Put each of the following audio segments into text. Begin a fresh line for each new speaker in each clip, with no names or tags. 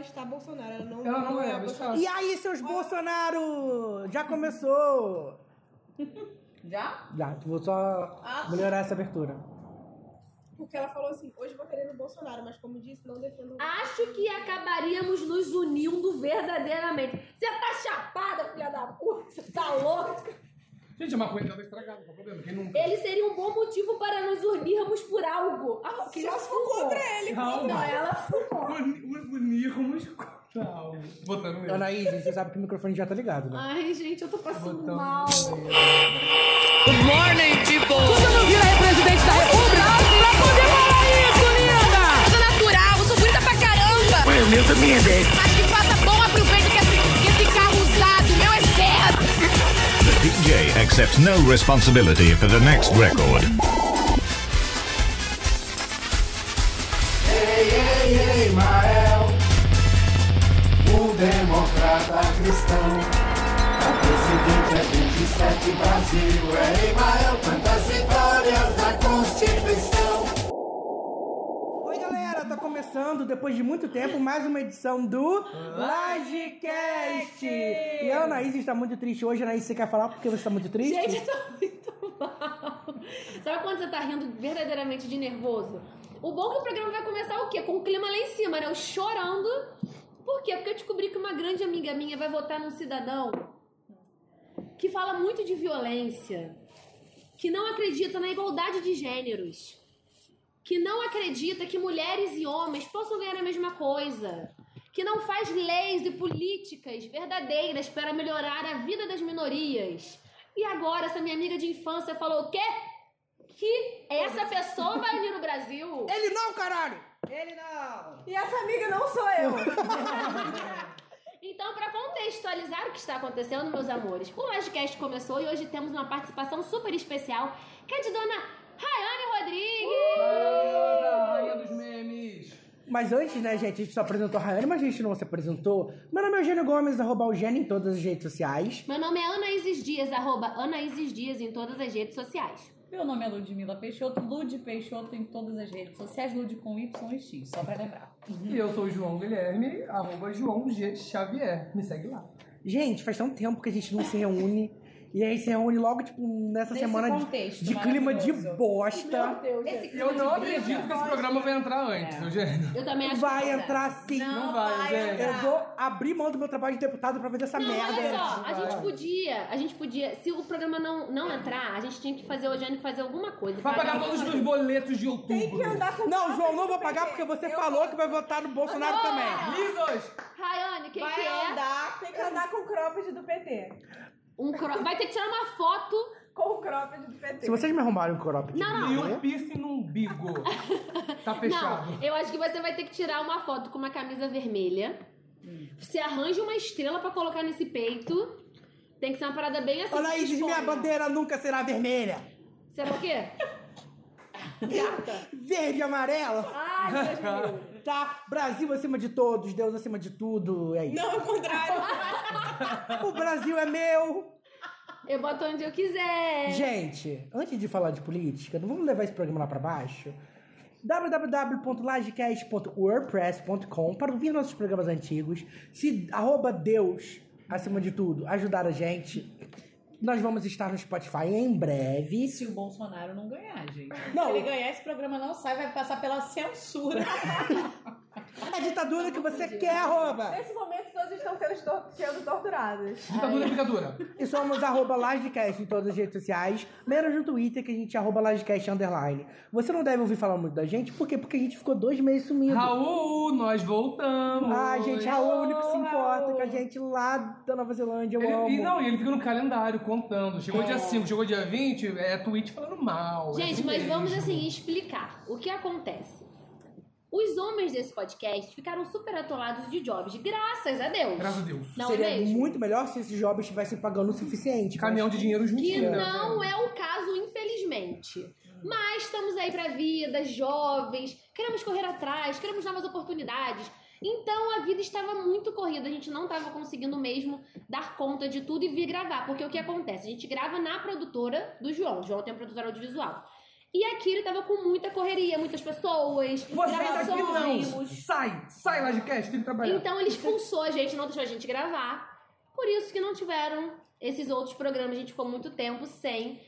está Bolsonaro. Ela não,
Ela não é,
o
mas
Bolsonaro.
fala.
E aí, seus Bolsonaro? Já começou!
Já?
Já, vou só melhorar essa abertura.
Porque ela falou assim: hoje eu vou querer no Bolsonaro, mas como disse, não defendo o
Acho que acabaríamos nos unindo verdadeiramente. Você tá chapada, filha da puta. Você tá louca.
Gente, a maconha já tá estragada, qual o problema? Quem nunca?
Ele seria um bom motivo para nos unirmos por algo. Ah, que
Só se for contra ele.
Calma.
Não, ela fumou.
Uni- un- Unirmos. Não. Botando ele.
Anaís, você sabe que o microfone já tá ligado, né?
Ai, gente, eu tô passando
Botando
mal.
Você não vira presidente da República? Pra poder falar isso, linda! Sou natural, eu sou bonita pra caramba! Foi o meu também, Mas que faça bom aproveita que esse, que esse carro usado, meu é certo!
The DJ accepts no responsibility for the next record.
Oi, galera, tá começando, depois de muito tempo, mais uma edição do LajeCast! E a Anaís está muito triste hoje. Anaís, você quer falar porque você tá muito triste?
Gente, eu tô muito mal. Sabe quando você tá rindo verdadeiramente de nervoso? O bom é que o programa vai começar o quê? Com o clima lá em cima, né? Eu chorando. Por quê? Porque eu descobri que uma grande amiga minha vai votar num cidadão que fala muito de violência, que não acredita na igualdade de gêneros, que não acredita que mulheres e homens possam ganhar a mesma coisa, que não faz leis e políticas verdadeiras para melhorar a vida das minorias. E agora essa minha amiga de infância falou o quê? Que essa pessoa vai vir no Brasil?
Ele não, caralho!
Ele não.
E essa amiga não sou eu.
Então, para contextualizar o que está acontecendo, meus amores, o Lodcast começou e hoje temos uma participação super especial, que é de dona Rayane Rodrigues.
Ah, Rainha dos memes.
Mas antes, né, gente, a gente só apresentou a Rayane, mas a gente não se apresentou. Meu nome é Eugênio Gomes, arroba Eugênio em todas as redes sociais.
Meu nome é Ana Isis Dias, arroba Ana Isis Dias em todas as redes sociais.
Meu nome é Ludmila Peixoto, Lud Peixoto em todas as redes sociais, Lud com Y e X, só pra lembrar.
E eu sou o João Guilherme, arroba João G. Xavier. Me segue lá.
Gente, faz tanto tempo que a gente não se reúne. e aí se reúne logo, tipo, nessa
Nesse
semana de-
contexto
de, clima de
maravilhoso.
bosta.
Esse
E eu não acredito que esse programa vai entrar antes,
É.
Eugênio.
Eu também acho que
Vai
não né? dá.
entrar sim.
Não vai, gente.
Eu vou abrir mão do meu trabalho de deputado pra fazer essa
Não,
merda.
olha só, a
vai.
gente podia, a gente podia, se o programa não, não entrar, a gente tinha que fazer o Eugênio fazer alguma coisa.
Vai pagar
alguma
todos os
coisa.
meus boletos de outubro.
Tem que andar com
Não,
o
João, não vou pagar porque você falou que vai votar no Bolsonaro
Não!
também.
Lisos!
Rayane, o que, que
Vai
é?
andar, tem que andar com o cropped do PT.
Um cro... Vai ter que tirar uma foto.
Com o cropped do PT.
Se vocês me arrumarem um crop de
Não, não.
E um piercing no umbigo. Tá fechado.
Não, eu acho que você vai ter que tirar uma foto com uma camisa vermelha.
Hum.
Você arranja uma estrela pra colocar nesse peito. Tem que ser uma parada bem assim.
Anaís,
que
minha
esconde.
bandeira nunca será vermelha.
Será o quê? Gata.
Verde e amarela.
Ai, Deus me livre.
Tá? Brasil acima de todos, Deus acima de tudo. É isso.
Não, ao contrário.
O Brasil é meu.
Eu boto onde eu quiser.
Gente, antes de falar de política, não vamos levar esse programa lá pra baixo? www.lagecast.wordpress.com para ouvir nossos programas antigos. Se arroba Deus, acima de tudo, ajudar a gente, nós vamos estar no Spotify em breve.
Se o Bolsonaro não ganhar, gente.
Não.
Se ele ganhar, esse programa não sai, vai passar pela censura.
É A ditadura que você quer, arroba!
Nesse momento, todos estão sendo, tor- sendo torturados.
Ditadura é ditadura.
E somos arroba Lagecast em todas as redes sociais, menos no Twitter, que a gente é arroba Lagecast underline. Você não deve ouvir falar muito da gente, por quê? Porque a gente ficou dois meses sumido.
Raul, nós voltamos.
Ah, gente, Raul é o único que se
Raul.
importa com a gente lá da Nova Zelândia. Eu amo. É.
Ele, um e não, e ele fica no calendário contando. Chegou dia 5, chegou dia 20, é tweet falando mal. é
Gente,
assim
mas
mesmo.
vamos assim explicar o que acontece. Os homens desse podcast ficaram super atolados de jobs, graças a Deus.
Graças a Deus.
Não
Seria
é mesmo?
muito melhor se esses jovens estivessem pagando o suficiente.
Caminhão de dinheiro junto.
Que não é o caso, infelizmente. Mas estamos aí pra vida, jovens, queremos correr atrás, queremos novas oportunidades. Então a vida estava muito corrida, a gente não estava conseguindo mesmo dar conta de tudo e vir gravar. Porque o que acontece? A gente grava na produtora do João. O João tem uma produtora audiovisual. E aqui ele tava com muita correria, muitas pessoas,
Você daqui não!
gravações.
Sai! Sai, Lajecast, tem que
é.
trabalhar.
Então ele expulsou a gente, não deixou a gente gravar. Por isso que não tiveram esses outros programas, a gente ficou muito tempo sem.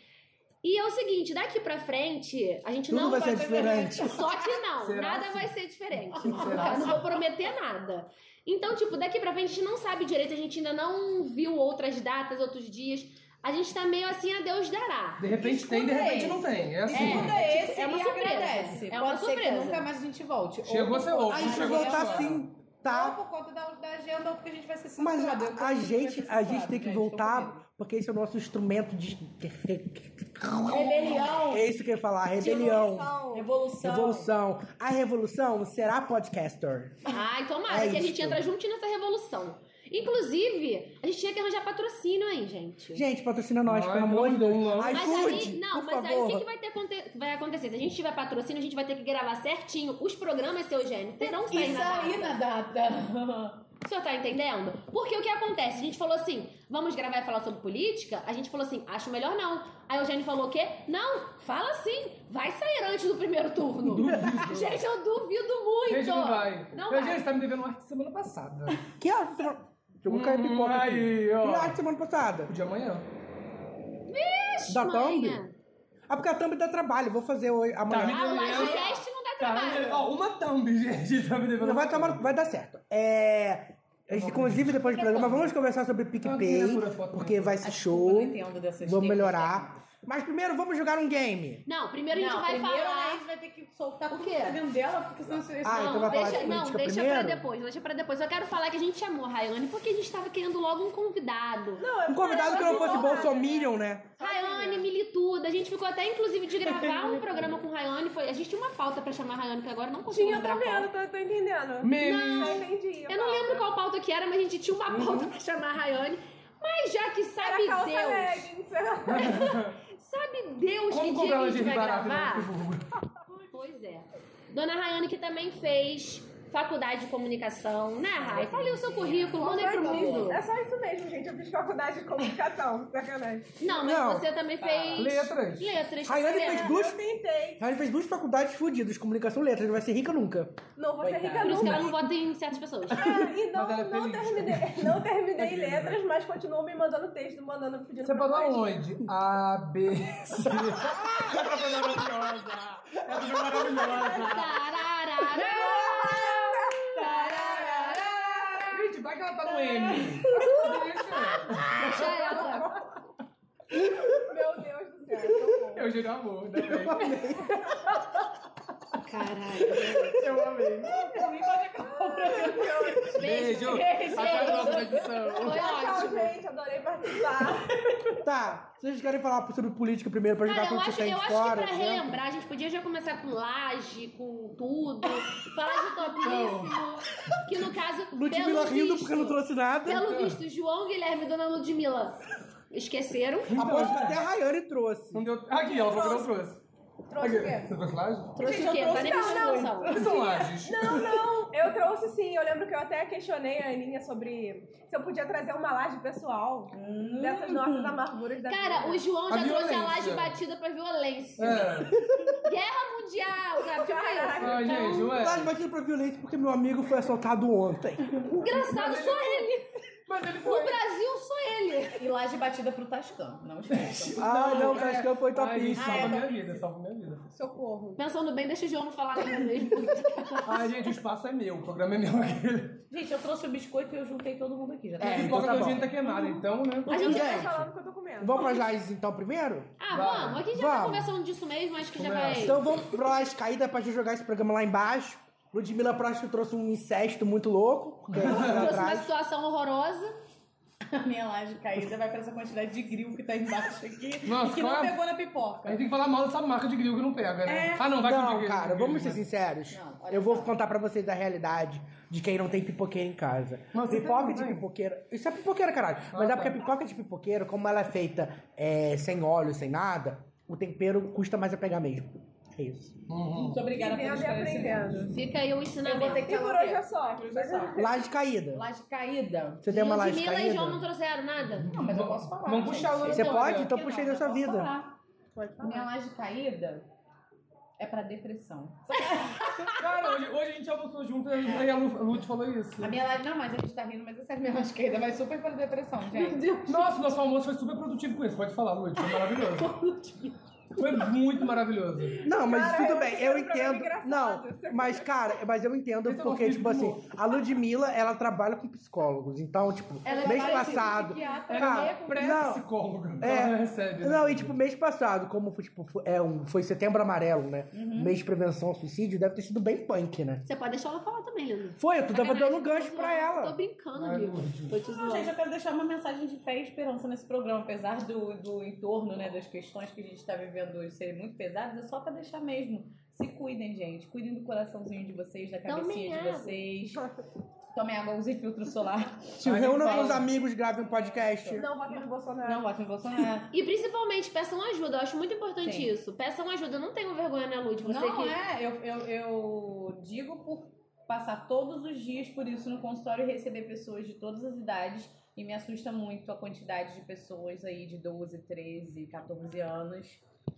E é o seguinte, daqui pra frente, a gente
Tudo
não
vai ser
ter-
diferente.
Só que não,
Será
nada
assim?
vai ser diferente.
Será
Não vou prometer nada. Então, tipo, daqui pra frente a gente não sabe direito, a gente ainda não viu outras datas, outros dias. A gente tá meio assim, a Deus dará.
de repente tem, de
escuta
repente
esse.
não tem. É assim.
Escuta esse
é uma
e
surpresa.
agradece.
É uma
Pode ser que
surpresa.
nunca mais a gente volte.
Chegou
ou
seu ovo.
A gente vai
Chegou
voltar
sua hora.
sim,
Tá.
tá?
Ou por conta da, da agenda, ou porque a gente vai ser
Mas
censurado. Eu
a,
tô-
a
eu tô
gente, a
censurado,
gente tem que
gente, tô com
voltar,
medo.
porque esse é o nosso instrumento de.
Rebelião,
É isso que eu ia falar, rebelião.
revolução.
Revolução. A revolução será podcaster.
Ai, tomara
É
que a gente
isso.
entra junto nessa revolução. Inclusive, a gente tinha que arranjar patrocínio aí, gente.
Gente, patrocina nós,
Ai,
pelo amor de Deus.
não, não.
mas
iFood,
aí,
por
não, mas aí o
favor.
que, que vai, ter, aconte- vai acontecer? Se a gente tiver patrocínio, a gente vai ter que gravar certinho. Os programas, seu Eugênio, terão que sair
Isso
na data.
aí na data.
O senhor tá entendendo? Porque o que acontece? A gente falou assim, vamos gravar e falar sobre política? A gente falou assim, acho melhor não. Aí o Eugênio falou o quê? Não, fala sim, vai sair antes do primeiro turno. gente, eu duvido muito.
Gente, não vai.
então, Não
Eu,
vai.
Gente, você tá me devendo um arte semana passada.
Que hora? você não- Jogou um cair
Hum,
pipoca aqui. um
aí, ó.
Que hora semana passada?
De amanhã.
Da
Mãe,
thumb?
né?
Ah, porque a thumb dá trabalho. Vou fazer hoje,
Tá,
amanhã.
Ah, o Lajecast não dá trabalho.
Ó, uma thumb, gente, tá me devendo.
Não vai, tomar- vai dar certo. É. Inclusive, depois do programa, vamos conversar sobre
Ah,
PicPay,
que loucura, foto,
porque
né?
vai ser
Acho que eu
show.
não entendo dessas
Vamos
técnicas.
melhorar. Mas primeiro, vamos jogar um game.
Não, primeiro a gente
Não,
vai
primeiro né?
falar.
A gente vai ter que soltar
O
tudo que
quê?
tá dentro dela, porque senão isso...
Ah, então vai falar
deixa,
de
não,
política
deixa
primeiro?
pra depois, deixa pra depois. Eu quero falar que a gente chamou a Rayane porque a gente tava querendo logo um convidado.
Não, é
Um convidado que não fosse Bolsominion, né?
Rayane, milituda. A gente ficou até, inclusive, de gravar um programa com Rayane. Foi... A gente tinha uma pauta pra chamar a Rayane, que agora não consigo
Tinha, tá
lembrar qual.
vendo? Tô, tô entendendo.
Meme.
Não entendi.
Eu não lembro qual pauta que era, mas a gente tinha
Uhum.
uma pauta pra chamar a Rayane. Mas já que sabe
Era calça
Deus,
leggings.
sabe Deus
Como
que dia
comprar
que a
ela de
gente vai
barato
né?
gravar.
no Facebook?
Pois é. Dona Rayane, que também fez faculdade de comunicação, né, Ray? Fale o seu currículo, manda aí pro mundo.
É só isso mesmo, gente. Eu fiz faculdade de comunicação. Sacanagem.
Não, mas
Não.
você também fez.
Ah. Letras.
Letras.
Rayane
tá
fez
certo.
duas.
Eu tentei.
Rayane fez duas faculdades fodidas, comunicação e letras, não vai ser rica nunca.
Não vou ser rica
Por isso que
nunca.
ela não vota em certas pessoas.
É, e não,
Mas ela é
não
feliz.
terminei, não terminei letras, mas continuou me mandando texto, mandando pedindo
Você
pra
mandou
corrigir.
aonde? A, B, C. Essa foi maravilhosa. Essa foi maravilhosa.
Tararará.
Gente, vai que ela tá no M. Deixa.
Deixa ela.
Meu Deus do céu, socorro.
Eu giro amor, ainda bem.
Caralho.
Eu amei. Beijo. Até a próxima edição.
Foi
Tchau,
ótimo.
gente. Adorei participar.
Tá, vocês querem falar sobre política primeiro pra jogar
Cara, eu
tudo que
acho,
vocês têm
eu acho que
fora? né?
pra relembrar, a gente podia já começar com laje, com tudo, falar de toplíssimo, que no caso,
Ludmilla
pelo
rindo
visto,
porque não trouxe nada.
pelo visto, João Guilherme e Dona Ludmilla esqueceram.
Aposto que até a Rayane trouxe.
Não deu... Aqui, ela falou que não trouxe.
Trouxe o
Aqui.
quê?
Você trouxe laje?
Trouxe
Gente,
o quê?
eu trouxe-
Tá nem
não,
discussão.
Eles são lajes.
Não, não. Eu trouxe sim. Eu lembro que eu até questionei a Aninha sobre se eu podia trazer uma laje pessoal
Hum.
dessas nossas amarguras da
Cara, o
vida.
João
A
já trouxe a
violência.
laje batida pra violência.
É.
Guerra mundial, sabe? Tipo isso.
Ah, gente,
Então,
ué.
Mas batido pra violência porque meu amigo foi assaltado ontem.
engraçado, só ele.
Mas ele
No
foi.
Brasil, só ele.
E laje batida pro Tascam, não esqueça.
Ah, não, o
é.
Cascão foi
Ai,
topíssimo.
salva minha vida, salva minha vida.
Socorro.
Pensando bem, deixa o João não falar nada mesmo.
Ai, gente, o espaço é meu, o programa é meu. aquele.
Gente, eu trouxe o biscoito e eu juntei todo mundo aqui. Já tá
É,
A
então
pipoca
tá
do
bom.
Eugênio tá queimada, então, né?
A gente
Tá
Gente,
falando que eu tô comendo.
Vamos pras lives então primeiro?
Ah,
Vai.
vamos. Aqui já tá
Vamos.
conversando disso mesmo, acho que já
Começa.
vai.
Então vamos pra live caída pra gente jogar esse programa lá embaixo. Ludmilla Prost trouxe um incesto muito louco. porque é isso que ela
Trouxe um uma
traz.
situação horrorosa.
A minha laje caída vai pra essa quantidade de gril que tá embaixo aqui.
Nossa,
e que não
qual é?
pegou na
A
pipoca.
gente tem que falar mal dessa marca de grill que não pega, né? Ah, não, vai com o
É. Não,
grill,
cara,
grill,
vamos ser
grill,
sinceros.
Não, olha
Eu vou contar pra vocês a realidade de quem não tem pipoqueira em casa.
Mas você
pipoca
tá
de
bem.
pipoqueiro. Isso é pipoqueira, caralho. Mas
Ah,
é porque a
tá.
pipoca de pipoqueiro, como ela é feita é, sem óleo, sem nada, o tempero custa mais a pegar mesmo. É isso.
né? Uhum.
Muito obrigada por
Vivendo e aprendendo.
Fica aí o
Eu vou ter
ensinamento.
que
E por hoje é só.
Laje caída.
Laje caída.
Você tem uma laje
Ludmilla e João não
caída?
trouxeram nada?
Não, mas eu posso falar.
Vamos puxar o
gente.
lance
Você
dela.
pode? Então
Por que
puxei
não?
da sua
Eu posso
vida.
falar. Minha laje caída é pra depressão.
Cara, hoje, hoje a gente almoçou junto e a Lu, a Lu te falou isso.
A minha live, não, mas a gente tá rindo, mas essa é a minha esquerda, vai super pra depressão, gente.
Nossa, o nosso almoço foi super produtivo com isso. Pode falar, Lu, foi maravilhoso. Foi muito maravilhoso.
Não, mas
Cara,
tudo
eu
bem,
achei
eu
um programa
entendo.
engraçado.
Não, mas cara, mas eu entendo
Esse é um
porque, tipo
filme
assim, a Ludmilla, ela trabalha com psicólogos. Então, tipo,
Ela
mês
trabalha com
passado.
psiquiatra,
Ela
Cara,
é pré-psicóloga.
É.
Ela recebe. né?
Não, e tipo, mês passado, como foi, tipo, foi- é um, foi setembro amarelo, né? Mês de prevenção ao suicídio, deve ter sido bem punk, né?
Você pode deixar ela falar também, Leandro.
Foi, eu tava
Sacanagem,
dando
tô
gancho
zoando.
pra
Tô
ela.
brincando,
Ai,
amigo.
Lu.
Tô te
Não, gente,
zoando.
eu quero deixar uma mensagem de fé e esperança nesse programa, apesar do, do entorno, né, das questões que a gente está vivendo hoje serem muito pesadas, é só pra deixar mesmo. Se cuidem, gente. Cuidem do coraçãozinho de vocês, da
Tomem
cabecinha de
água.
vocês. Tomem água, usem filtro solar.
Se
Ai,
reúna
vai.
com os amigos, grave um podcast.
Não, votem no Bolsonaro.
Não votem no Bolsonaro.
E principalmente, peçam ajuda. Eu acho muito importante
Sim.
isso. Peçam ajuda. Não tenham vergonha na luz. Você
Não
que...
é, eu, eu, eu digo por passar todos os dias por isso no consultório e receber pessoas de todas as idades. E me assusta muito a quantidade de pessoas aí de 12, 13, 14 anos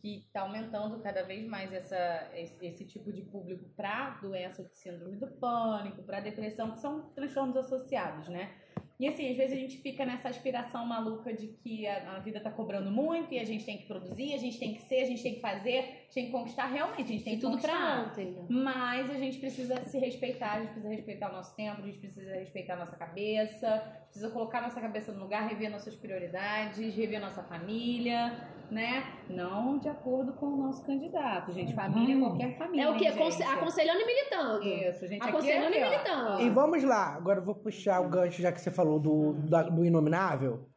que tá aumentando cada vez mais essa, esse, esse tipo de público para doença de síndrome do pânico, para depressão, que são transtornos associados, né? E assim, às vezes a gente fica nessa aspiração maluca de que a, a vida tá cobrando muito e a gente tem que produzir, a gente tem que ser, a gente tem que fazer, a gente tem que conquistar realmente, a gente tem
Tem
que
tudo
conquistar.
pra ontem. né?
Mas a gente precisa se respeitar, a gente precisa respeitar o nosso tempo, a gente precisa respeitar a nossa cabeça, a gente precisa colocar a nossa cabeça no lugar, rever nossas prioridades, rever nossa família, né? Não de acordo com o nosso candidato, gente. Família é qualquer família.
É o quê?
hein,
Aconse-
gente?
Aconselhando e militando.
Isso, gente. Aqui é
Aconselhando e
aqui, ó.
militando.
E vamos lá, agora eu vou puxar o gancho, já que você falou do, da- do Inominável.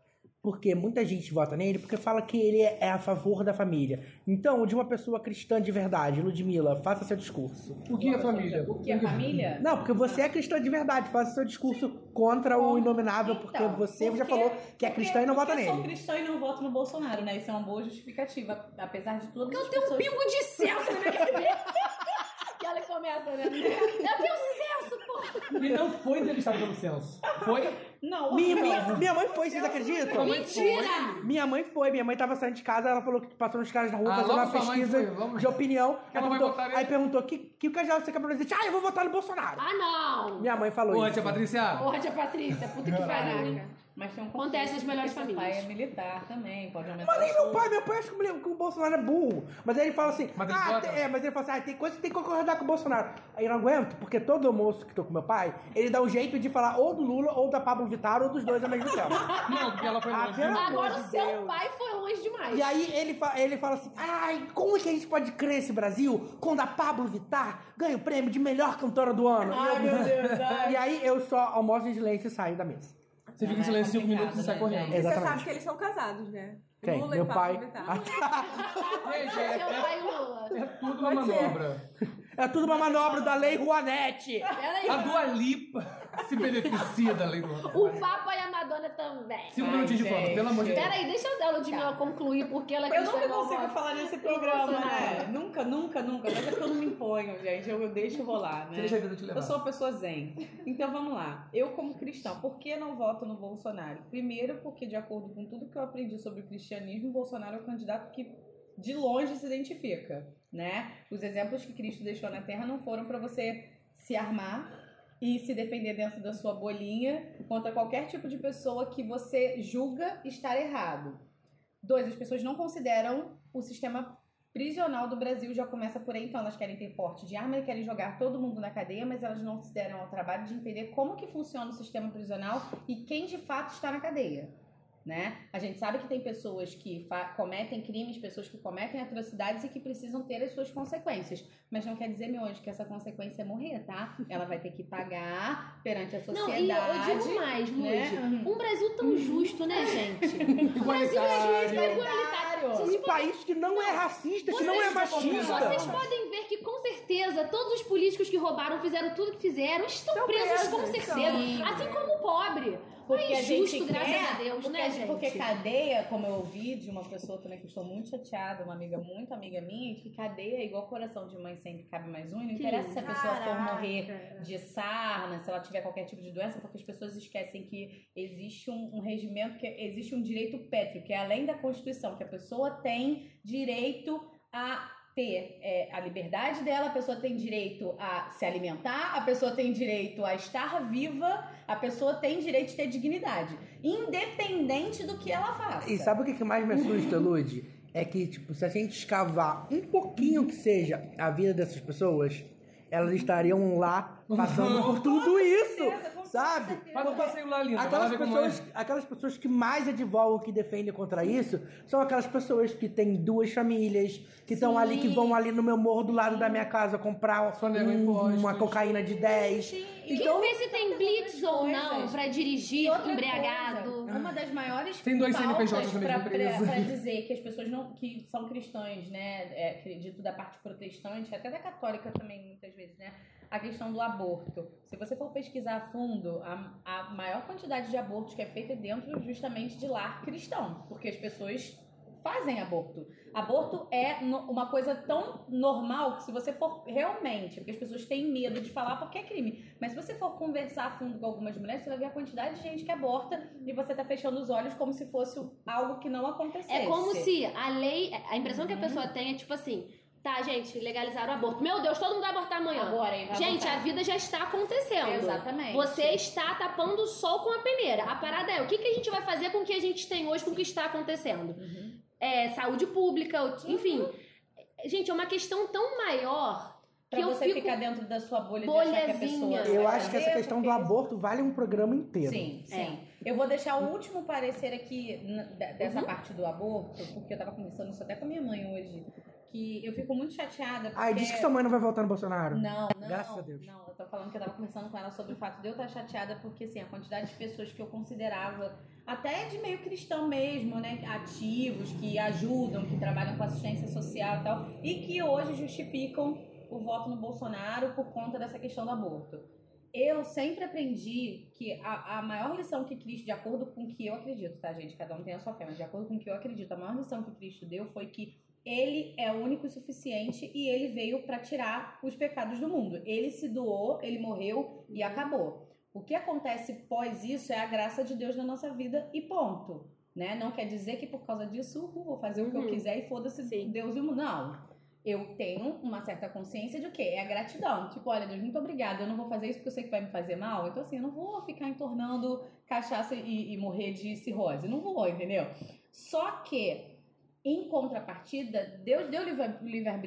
Porque muita gente vota nele porque fala que ele é a favor da família. Então, de uma pessoa cristã de verdade, Ludmilla, faça seu discurso.
O que é família?
O que é família?
Não, porque você é cristã de verdade, faça seu discurso contra o Inominável, porque
Então,
você já
porque-
falou que é
Porque-
cristã e não
porque
vota
eu sou
nele.
cristã e não voto no Bolsonaro, né? Isso é uma boa justificativa, apesar de tudo.
Porque eu tenho um pingo de senso na minha cabeça. que ela começa, né? Eu tenho senso, pô.
Ele não foi entrevistado pelo censo. Foi?
Não,
Minha, minha, minha mãe foi, vocês acreditam?
Mentira!
Minha mãe foi, minha mãe tava saindo de casa, ela falou que passou nos caras na rua
Ah,
fazendo
logo
uma
sua mãe
pesquisa
foi, logo-
de opinião. Aí
Ela vai
perguntou,
votar nele?
aí perguntou, que, que casal você quer pra dizer? Ah, eu vou votar no Bolsonaro.
Ah, não!
Minha mãe falou
Ô,
isso.
tia Patrícia.
Porra, tia Patrícia, puta que pariu.
Mas tem um
Acontece nas
conflito,
melhores
porque seu
famílias.
pai é militar também, pode aumentar.
Mas nem
o
meu
custo.
pai, meu pai acha que o mole- que o Bolsonaro é burro. Mas aí ele fala assim,
Mas ele
ah,
vota?
tem- é, mas ele fala assim, ah, tem coisa que tem que concordar com o Bolsonaro. Aí eu não aguento, porque todo almoço que tô com meu pai, ele dá um jeito de falar ou do Lula, ou da Pablo Vittar, ou dos dois ao mesmo tempo.
Não, porque ela foi
Ah,
longe.
pelo-
Agora
amor
o
de
seu
Deus.
pai foi longe demais.
E aí ele, fa- ele fala assim: ai, como é que a gente pode crer esse Brasil quando a Pablo Vittar ganha o prêmio de melhor cantora do ano?
Ai, meu Deus, ai.
E aí eu só almoço em silêncio e saio da mesa.
Você fica em silêncio 5
Complicado,
minutos e sai
né,
correndo.
E você
Exatamente.
sabe que eles são casados, né?
Quem?
Lula
meu
e
pai.
Pablo Vittar.
Gente, é,
Seu
é-
pai Lula.
é tudo uma
Pode ser.
manobra.
É tudo uma manobra da Lei Rouanete.
Peraí.
A Dua Lipa se beneficia da lei do
O Papa e a Madonna também.
5
Ai,
minutinhos de
gente.
fama, pelo amor de Deus.
Peraí, deixa a Ludmilla concluir porque ela é quis
Tá. Eu nunca
chamar o
consigo
voto.
falar nesse programa,
Bolsonaro.
né? Nunca, nunca, nunca. Mas é que eu não me imponho, gente. Eu, eu deixo rolar, né?
Você deixa a vida te levar.
Eu sou uma pessoa zen. Então vamos lá. Eu, como cristã, por que não voto no Bolsonaro? Primeiro, porque, de acordo com tudo que eu aprendi sobre o cristianismo, o Bolsonaro é o candidato que de longe se identifica, né? Os exemplos que Cristo deixou na Terra não foram para você se armar e se defender dentro da sua bolinha contra qualquer tipo de pessoa que você julga estar errado. Dois, as pessoas não consideram o sistema prisional do Brasil já começa por aí, então elas querem ter porte de arma e querem jogar todo mundo na cadeia, mas elas não se deram ao trabalho de entender como que funciona o sistema prisional e quem de fato está na cadeia. Né? A gente sabe que tem pessoas que fa- cometem crimes, pessoas que cometem atrocidades e que precisam ter as suas consequências. Mas não quer dizer, meu anjo, que essa consequência é morrer, tá? Ela vai ter que pagar perante a
Não, e eu-
sociedade.
eu digo mais, Lud.
né?
Um Brasil tão justo, né, gente? é
Igualitário.
Igualitário.
Um país que não é racista, que não é
Vocês
machista.
podem ver que, com certeza, todos os políticos que roubaram, fizeram tudo que fizeram, estão
Estão
presos, com
presos,
certeza.
estão.
Assim como o pobre.
Porque
é
a gente
injusto, graças
quer-
a Deus,
porque,
né, gente?
Porque cadeia, como eu ouvi de uma pessoa também que estou muito chateada, uma amiga muito amiga minha, que cadeia é igual coração de mãe, sempre cabe mais um. E não
Que
interessa se a pessoa for
Caraca.
morrer de sarna, se ela tiver qualquer tipo de doença, porque as pessoas esquecem que existe um, um regimento, que existe um direito pétreo, que é além da Constituição, que a pessoa tem direito a ter é, a liberdade dela, a pessoa tem direito a se alimentar, a pessoa tem direito a estar viva, a pessoa tem direito de ter dignidade, independente do que ela faça.
E sabe o que que mais me assusta, Lud? É que, tipo, se a gente escavar um pouquinho que seja a vida dessas pessoas, elas estariam lá
Uhum.
passando por tudo isso, sabe?
Faz um passeio lá, linda. vai lá
Aquelas
ver como
pessoas,
é.
aquelas pessoas que mais advogam, que defendem contra isso, são aquelas pessoas que têm duas famílias, que estão ali, que vão ali no meu morro do lado da minha casa comprar um,
Só negam impostos.
uma cocaína de 10. Então,
Quem vê se tem blitz ou não
então, coisas.
pra
E
dirigir
outra
embriagado?
coisa, uma das maiores
Ah. Tem dois
pautas
CNPJs na mesma
pra, pra,
empresa.
pra dizer que as pessoas não que são cristãs, né? É, acredito da parte protestante, até da católica também muitas vezes, né? A questão do aborto. Se você for pesquisar a fundo, a, a maior quantidade de abortos que é feita é dentro justamente de lar cristão, porque as pessoas fazem aborto. Aborto é no- uma coisa tão normal que se você for realmente, porque as pessoas têm medo de falar porque é crime, mas se você for conversar a fundo com algumas mulheres, você vai ver a quantidade de gente que aborta e você tá fechando os olhos como se fosse algo que não acontecesse.
É como se a lei, a impressão que
Uhum.
a pessoa tem é tipo assim, tá, gente, legalizaram o aborto. Meu Deus, todo mundo vai abortar amanhã.
Agora, hein, vai
Gente, um
voltar.
a vida já está acontecendo.
Exatamente.
Você está tapando o sol com a peneira. A parada é, o que, que a gente vai fazer com o que a gente tem hoje, com o que está acontecendo?
Uhum.
É, saúde pública, o- enfim. Gente, é uma questão tão maior
Pra
que eu
você
fico...
ficar dentro da sua bolha de achar que a pessoa.
Bolhazinha.
vai
é
Eu acho que
fazer
essa questão do
porque-
aborto vale um programa inteiro.
Sim, sim. Eu vou deixar o último parecer aqui n- da- dessa parte do aborto, porque eu tava conversando isso até com a minha mãe hoje. Que eu fico muito chateada. Porque...
Ai, diz que sua mãe não vai votar no Bolsonaro.
Não, não.
Graças a Deus.
Não, eu tô falando que eu tava conversando com ela sobre o fato de eu estar chateada, porque assim, a quantidade de pessoas que eu considerava, até de meio cristão mesmo, né? Ativos, que ajudam, que trabalham com assistência social e tal, e que hoje justificam o voto no Bolsonaro por conta dessa questão do aborto. Eu sempre aprendi que a, a maior lição que Cristo, de acordo com o que eu acredito, tá, gente? Cada um tem a sua fé, mas de acordo com o que eu acredito, a maior lição que Cristo deu foi que ele é único e suficiente e ele veio para tirar os pecados do mundo. Ele se doou, ele morreu e acabou. O que acontece pós isso é a graça de Deus na nossa vida e ponto. Né? Não quer dizer que por causa disso uhul, vou fazer o que eu
Uhum.
quiser e foda-se
Sim.
Deus e o mundo. Não. Eu tenho uma certa consciência de o quê? É a gratidão. Tipo, olha, Deus, muito obrigada. Eu não vou fazer isso porque eu sei que vai me fazer mal. Então, assim, eu não vou ficar entornando cachaça e, e morrer de cirrose. Não vou, entendeu? Só que em contrapartida, Deus deu livre-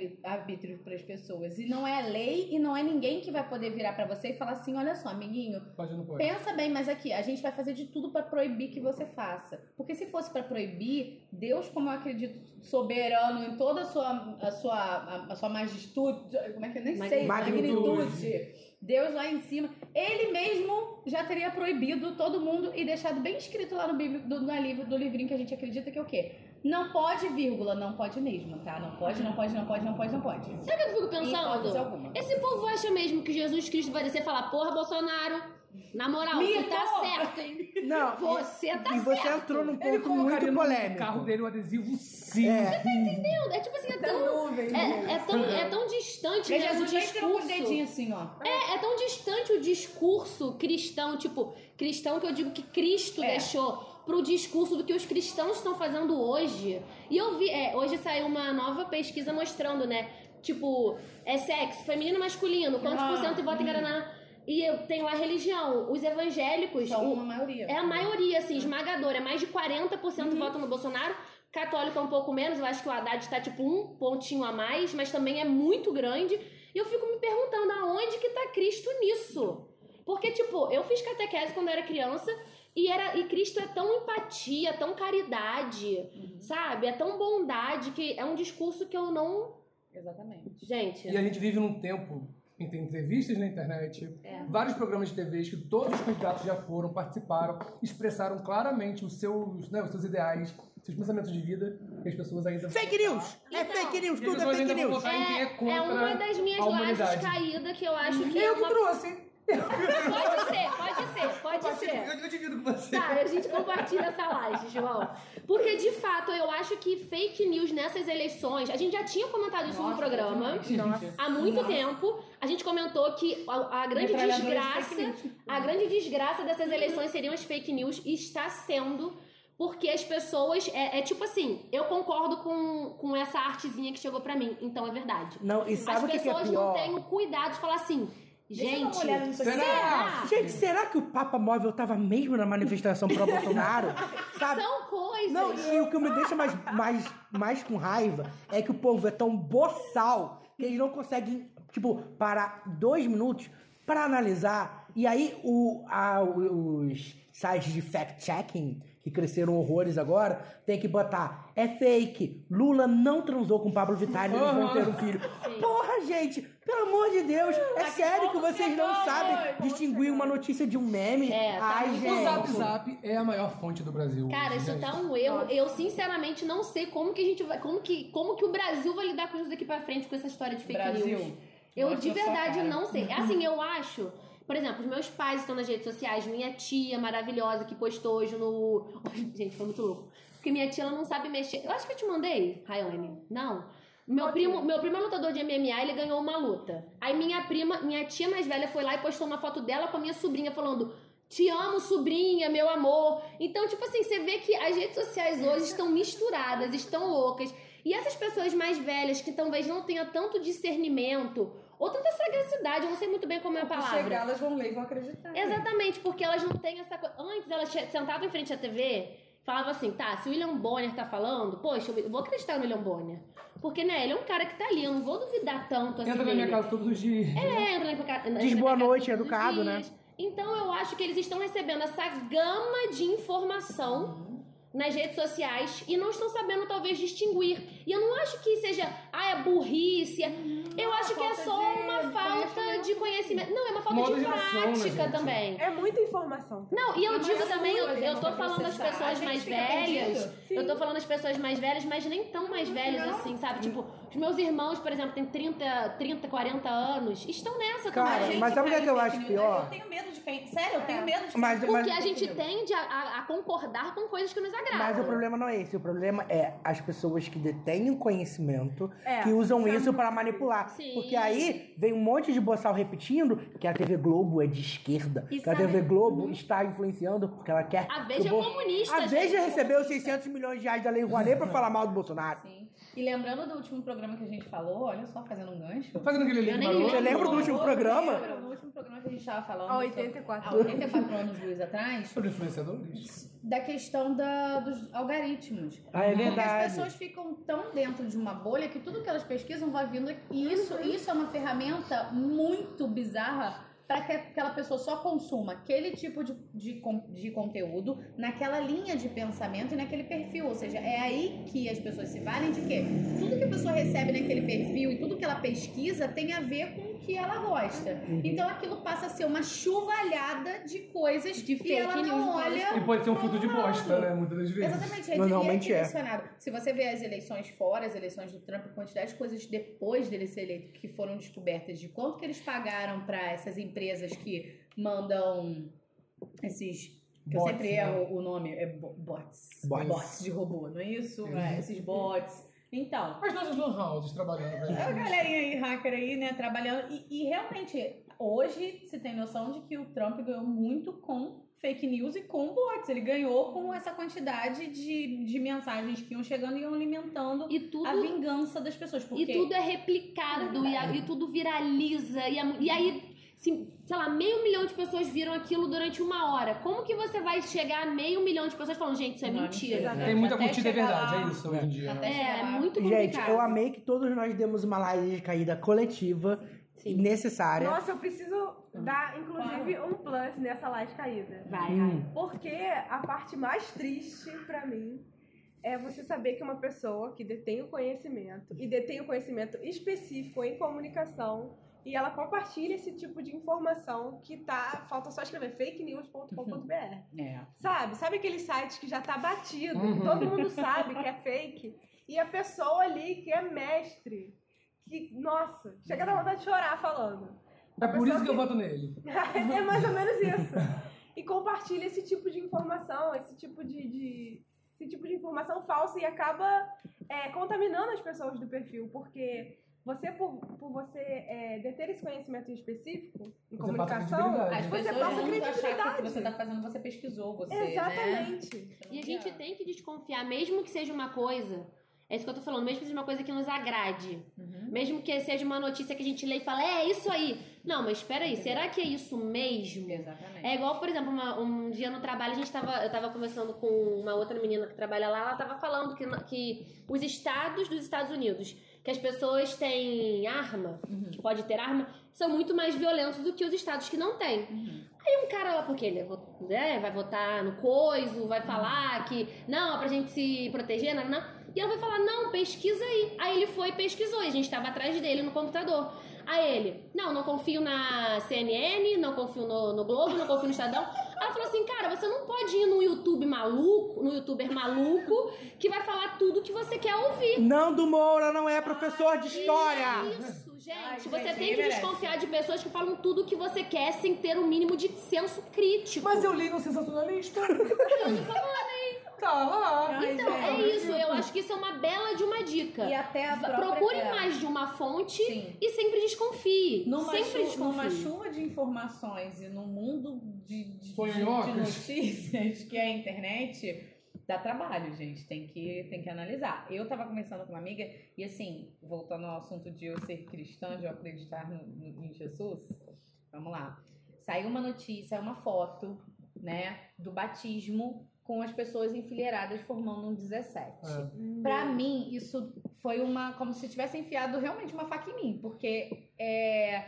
livre-arbítrio para as pessoas. E não é lei e não é ninguém que vai poder virar para você e falar assim: olha só, amiguinho,
Pode ou não pode?
pensa bem, mas aqui, a gente vai fazer de tudo para proibir que você faça. Porque se fosse para proibir, Deus, como eu acredito, soberano em toda a sua, a sua, a, a sua majestude, como é que eu nem sei,
Magnitude.
magnitude. Deus lá em cima, ele mesmo já teria proibido todo mundo e deixado bem escrito lá no, bíblia, do, na livro, do livrinho que a gente acredita que é o quê? Não pode, vírgula, não pode mesmo, tá? Não pode, não pode, não pode, não pode, não pode.
Sabe o
Em
que eu fico
hipótese
pensando?
alguma.
Esse povo acha mesmo que Jesus Cristo vai descer e falar, porra, Bolsonaro, na moral, você
Mito!
tá certo, hein?
Não,
Você tá
e você
certo.
entrou num
Ele
ponto
colocaria
muito
no
polêmico.
carro dele o adesivo sim.
É.
Não, é tipo assim, é tão
nuvem.
É, é tão, é tão distante
Mas
né, o
Jesus nem tirou os
discurso.
dedinhos assim, ó.
É, é tão distante o discurso cristão, tipo, cristão que eu digo que Cristo
É.
deixou pro discurso do que os cristãos estão fazendo hoje. E eu vi, é, hoje saiu uma nova pesquisa mostrando, né? Tipo, é sexo, feminino masculino, quantos
Ah,
por cento vota em Guaraná. E eu- tem lá religião. Os evangélicos,
Só
o-
uma maioria.
é a maioria, assim, esmagadora. É mais de 40%
Uhum.
votam no Bolsonaro. Católico é um pouco menos. Eu acho que o Haddad tá, tipo, um pontinho a mais. Mas também é muito grande. E eu fico me perguntando aonde que tá Cristo nisso? Porque, tipo, eu fiz catequese quando eu era criança. E, era, e Cristo é tão empatia, tão caridade,
Uhum.
sabe? É tão bondade que é um discurso que eu não...
Exatamente.
Gente,
E a gente vive num tempo em que tem entrevistas na internet,
É.
vários programas de TV que todos os candidatos já foram, participaram, expressaram claramente os seus, né, os seus ideais, seus pensamentos de vida, e as pessoas ainda.
Fake news! é
Então,
fake news,
E as
tudo é
pessoas
fake
ainda vão
news!
votar em quem é contra.
é uma das minhas
a
lajes
humanidade. Uhum.
caídas que eu acho que... é
Eu
uma-
que trouxe!
Pode ser, pode ser, pode ser.
Eu, eu divido com você.
Tá, a gente compartilha essa laje, João. Porque, de fato, eu acho que fake news nessas eleições. A gente já tinha comentado isso no programa há muito tempo. A gente comentou que a, a grande
Metralhadora de
desgraça.
fake news.
A grande desgraça dessas eleições seriam as fake news e está sendo. Porque as pessoas. É, é tipo assim, eu concordo com, com essa artezinha que chegou pra mim, então é verdade.
Não, e sabe o
as
que, que é
pessoas não
pior?
têm um o cuidado de falar assim,
Deixa eu dar uma
gente.
olhada nisso aqui.
Será?
Gente, será que o Papa Móvel tava mesmo na manifestação pro Bolsonaro? Sabe?
São coisas.
Não, e o que me deixa mais, mais, mais com raiva é que o povo é tão boçal que eles não conseguem, tipo, parar dois minutos pra analisar. E aí o, a- os sites de fact-checking, que cresceram horrores agora, tem que botar, é fake, Lula não transou com Pablo Vittar, eles vão ter um filho. Porra, gente, pelo amor de Deus, é sério que vocês não sabem distinguir uma notícia de um meme?
É, tá
Ai,
muito
gente.
O Zap Zap é a maior fonte do Brasil.
Cara, isso
gente.
tá um erro. Eu sinceramente não sei como que a gente vai. Como que, como que o Brasil vai lidar com isso daqui pra frente com essa história de fake
Brasil,
news. Eu
mostra
de
a sua
verdade
cara.
não sei. Assim, eu acho. Por exemplo, os meus pais estão nas redes sociais, minha tia maravilhosa que postou hoje no. Gente, foi muito louco. Porque minha tia ela não sabe mexer. Eu acho que eu te mandei, Rayane. Não. Meu primo, meu primo é lutador de MMA, ele ganhou uma luta. Aí minha prima, minha tia mais velha foi lá e postou uma foto dela com a minha sobrinha falando: "Te amo, sobrinha, meu amor". Então, tipo assim, você vê que as redes sociais hoje estão misturadas, estão loucas. E essas pessoas mais velhas que talvez não tenham tanto discernimento ou tanta sagacidade, eu não sei muito bem como é a palavra.
Chegar, elas vão ler e vão acreditar.
Exatamente, porque elas não têm essa coisa. Antes elas che- sentavam em frente à TV, falavam assim, tá, se o William Bonner tá falando, poxa, eu vou acreditar no William Bonner. Porque, né, ele é um cara que tá ali, eu não vou duvidar tanto assim.
Entra na minha
dele.
casa todos os dias.
É, entra na minha casa. entra
Diz
na
boa
minha casa
noite,
todos os
educado,
né?
dias. Então eu acho que eles estão recebendo essa gama de informação. Nas redes sociais e não estão sabendo, talvez, distinguir. E eu não acho que seja, ah, é burrice. é- eu acho que é
falta
só
de
uma falta de conhecimento. Não, é uma falta
Modo
de
de ação, né,
prática
gente?
também.
É muita informação.
Não, e eu
Mas
digo
ajuda,
também, eu, eu
gente,
tô
pra
falando das
processar. A
pessoas
gente
mais
fica
velhas.
perdido.
Eu tô falando das pessoas mais velhas, mas nem tão mais velhas assim, sabe? Tipo, os meus irmãos, por exemplo, têm 30, 30 40 anos, estão nessa
Ah,
Cara,
também.
mas sabe o que
cai
é que eu
em fake
acho
news.
pior? É.
Eu tenho medo de cair. Sério, eu tenho medo de cair.
Mas, mas,
Porque a gente tende a, a- a concordar com coisas que nos agradam.
Mas o problema não é esse, o problema é as pessoas que detêm o conhecimento
É,
que usam
pra
isso pra manipular.
Sim.
Porque aí vem um monte de boçal repetindo que a TV Globo é de esquerda,
E
que a
sabe-
TV Globo está influenciando porque ela quer.
A
que
Veja
o Bo-
é comunista,
A Veja
gente.
recebeu 600 milhões de reais da Lei Rouanet pra falar mal do Bolsonaro.
Sim. assim. E lembrando do último programa que a gente falou, olha só, fazendo um gancho.
Fazendo aquele link
nem
maroto.
Você lembra do último programa?
No último programa que a gente estava falando.
Há
sobre-
84
há 84 anos, Luiz, atrás,
Sobre influenciadores.
da questão da, dos algoritmos.
Ah, é
Porque as
verdade.
pessoas ficam tão dentro de uma bolha que tudo que elas pesquisam vai vindo. aqui. E isso, isso é uma ferramenta muito bizarra para que aquela pessoa só consuma aquele tipo de, de, con- de conteúdo, naquela linha de pensamento e naquele perfil. Ou seja, é aí que as pessoas se valem de quê? Tudo que a pessoa recebe naquele perfil e tudo que ela pesquisa tem a ver com o que ela gosta. Então aquilo passa a ser uma chuvalhada de coisas
De
que ela
fake news,
não
de
olha
E pode ser um fruto de bosta, né? Muitas das vezes.
Exatamente, é
Normalmente
dinheiro
é.
direcionado. Se você vê as eleições fora, as eleições do Trump, a quantidade de coisas depois dele ser eleito que foram descobertas, de quanto que eles pagaram pra essas empresas que mandam esses. Que eu
Bots,
sempre
né?
erro o nome, é bo- bots.
Bots.
de robô, não é isso? É, esses bots. Então,
As nossas lan houses trabalhando pra
é a
gente.
galerinha aí, hacker aí, né, trabalhando. E, e realmente, hoje se tem noção de que o Trump ganhou muito com fake news e com bots. Ele ganhou com essa quantidade de, de mensagens que iam chegando e iam alimentando
E
a é
tudo
vingança das pessoas. Porque
E tudo é replicado, e, a- e tudo viraliza, e, a- e aí, se- sei lá, meio milhão de pessoas viram aquilo durante uma hora. Como que você vai chegar a meio milhão de pessoas falando, gente, isso é
Não,
mentira?
Tem muita
Até
curtida, é
chegar
verdade,
lá.
é isso hoje em dia. né?
Até chegar
É,
lá.
muito complicado.
Gente, eu amei que todos nós demos uma live de caída coletiva e necessária.
Nossa, eu preciso dar, inclusive, um plus nessa laje caída.
Vai,
Hum.
Porque a parte mais triste pra mim é você saber que uma pessoa que detém o conhecimento e detém o conhecimento específico em comunicação e ela compartilha esse tipo de informação que tá, falta só escrever fake
Uhum.
news.com.br.
É.
Sabe? Sabe aquele site que já tá batido,
Uhum.
que todo mundo sabe que é fake e a pessoa ali que é mestre, que nossa, chega a dar vontade de chorar falando.
É por isso
Só
que eu
que-
voto nele.
é mais ou menos isso. E compartilha esse tipo de informação, esse tipo de, de- esse tipo de informação falsa e acaba é, contaminando as pessoas do perfil, porque Você, por, por você é, deter esse conhecimento em específico, em
Você passa né?
comunicação,
credibilidade.
As
Você
pessoas
passa
vão achar que o
credibilidade.
que você tá fazendo, você pesquisou, você, né?
exatamente.
Então,
E a gente tem que desconfiar, mesmo que seja uma coisa. É isso que eu tô falando, mesmo que seja uma coisa que nos agrade.
Uhum.
Mesmo que seja uma notícia que a gente lê e fala, é isso aí. Não, mas espera aí, será que é isso mesmo?
Exatamente.
É igual, por exemplo, uma- um dia no trabalho, a gente tava, eu tava conversando com uma outra menina que trabalha lá, ela tava falando que, na- que os estados dos Estados Unidos, que as pessoas têm arma, que pode ter arma, são muito mais violentos do que os estados que não têm. Aí um cara lá, porque ele é vo- né, vai votar no coiso, vai falar que não, é pra gente se proteger, não, não. E ela vai falar, não, pesquisa aí. Aí ele foi e pesquisou, e a gente tava atrás dele no computador. Aí ele, não, não confio na CNN, não confio no, no Globo, não confio no Estadão. Aí ela falou assim, cara, você não pode ir no YouTube maluco, no youtuber maluco, que vai falar tudo que você quer ouvir.
Nando Moura não é professor de
E
história!
é Isso, gente.
Ai,
você
gente,
tem que
merece.
desconfiar de pessoas que falam tudo o que você quer sem ter o mínimo de senso crítico.
Mas eu li no Sensacionalista. tá lá.
Ai,
Então, é
gente.
isso. Eu acho que isso é uma bela de uma dica.
E até a
Va-
própria...
Procure mais de uma fonte
Sim.
e sempre desconfie.
Numa,
sempre
chu- numa
desconfie.
chuva de informações e num mundo de, de, de,
Sonhocas.
de notícias que é a internet, dá trabalho, gente. Tem que, tem que analisar. Eu tava conversando com uma amiga e, assim, voltando ao assunto de eu ser cristã, de eu acreditar no- no- em Jesus, vamos lá. Saiu uma notícia, uma foto, né, do batismo com as pessoas enfileiradas formando um 17.
É.
Pra mim, isso foi uma. como se tivesse enfiado realmente uma faca em mim, porque é.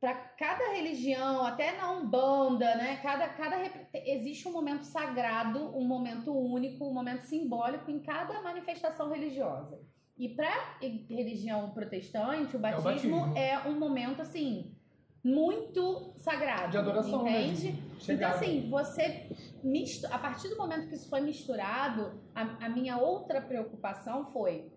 Pra cada religião, até na Umbanda, né? Cada, cada rep- existe um momento sagrado, um momento único, um momento simbólico em cada manifestação religiosa. E pra e- religião protestante, o
o
batismo,
batismo.
é um momento assim muito sagrado,
De adoração, né?
tipo, entende? Então,
Chegada.
assim, você. Misto, a partir do momento que isso foi misturado, a, a minha outra preocupação foi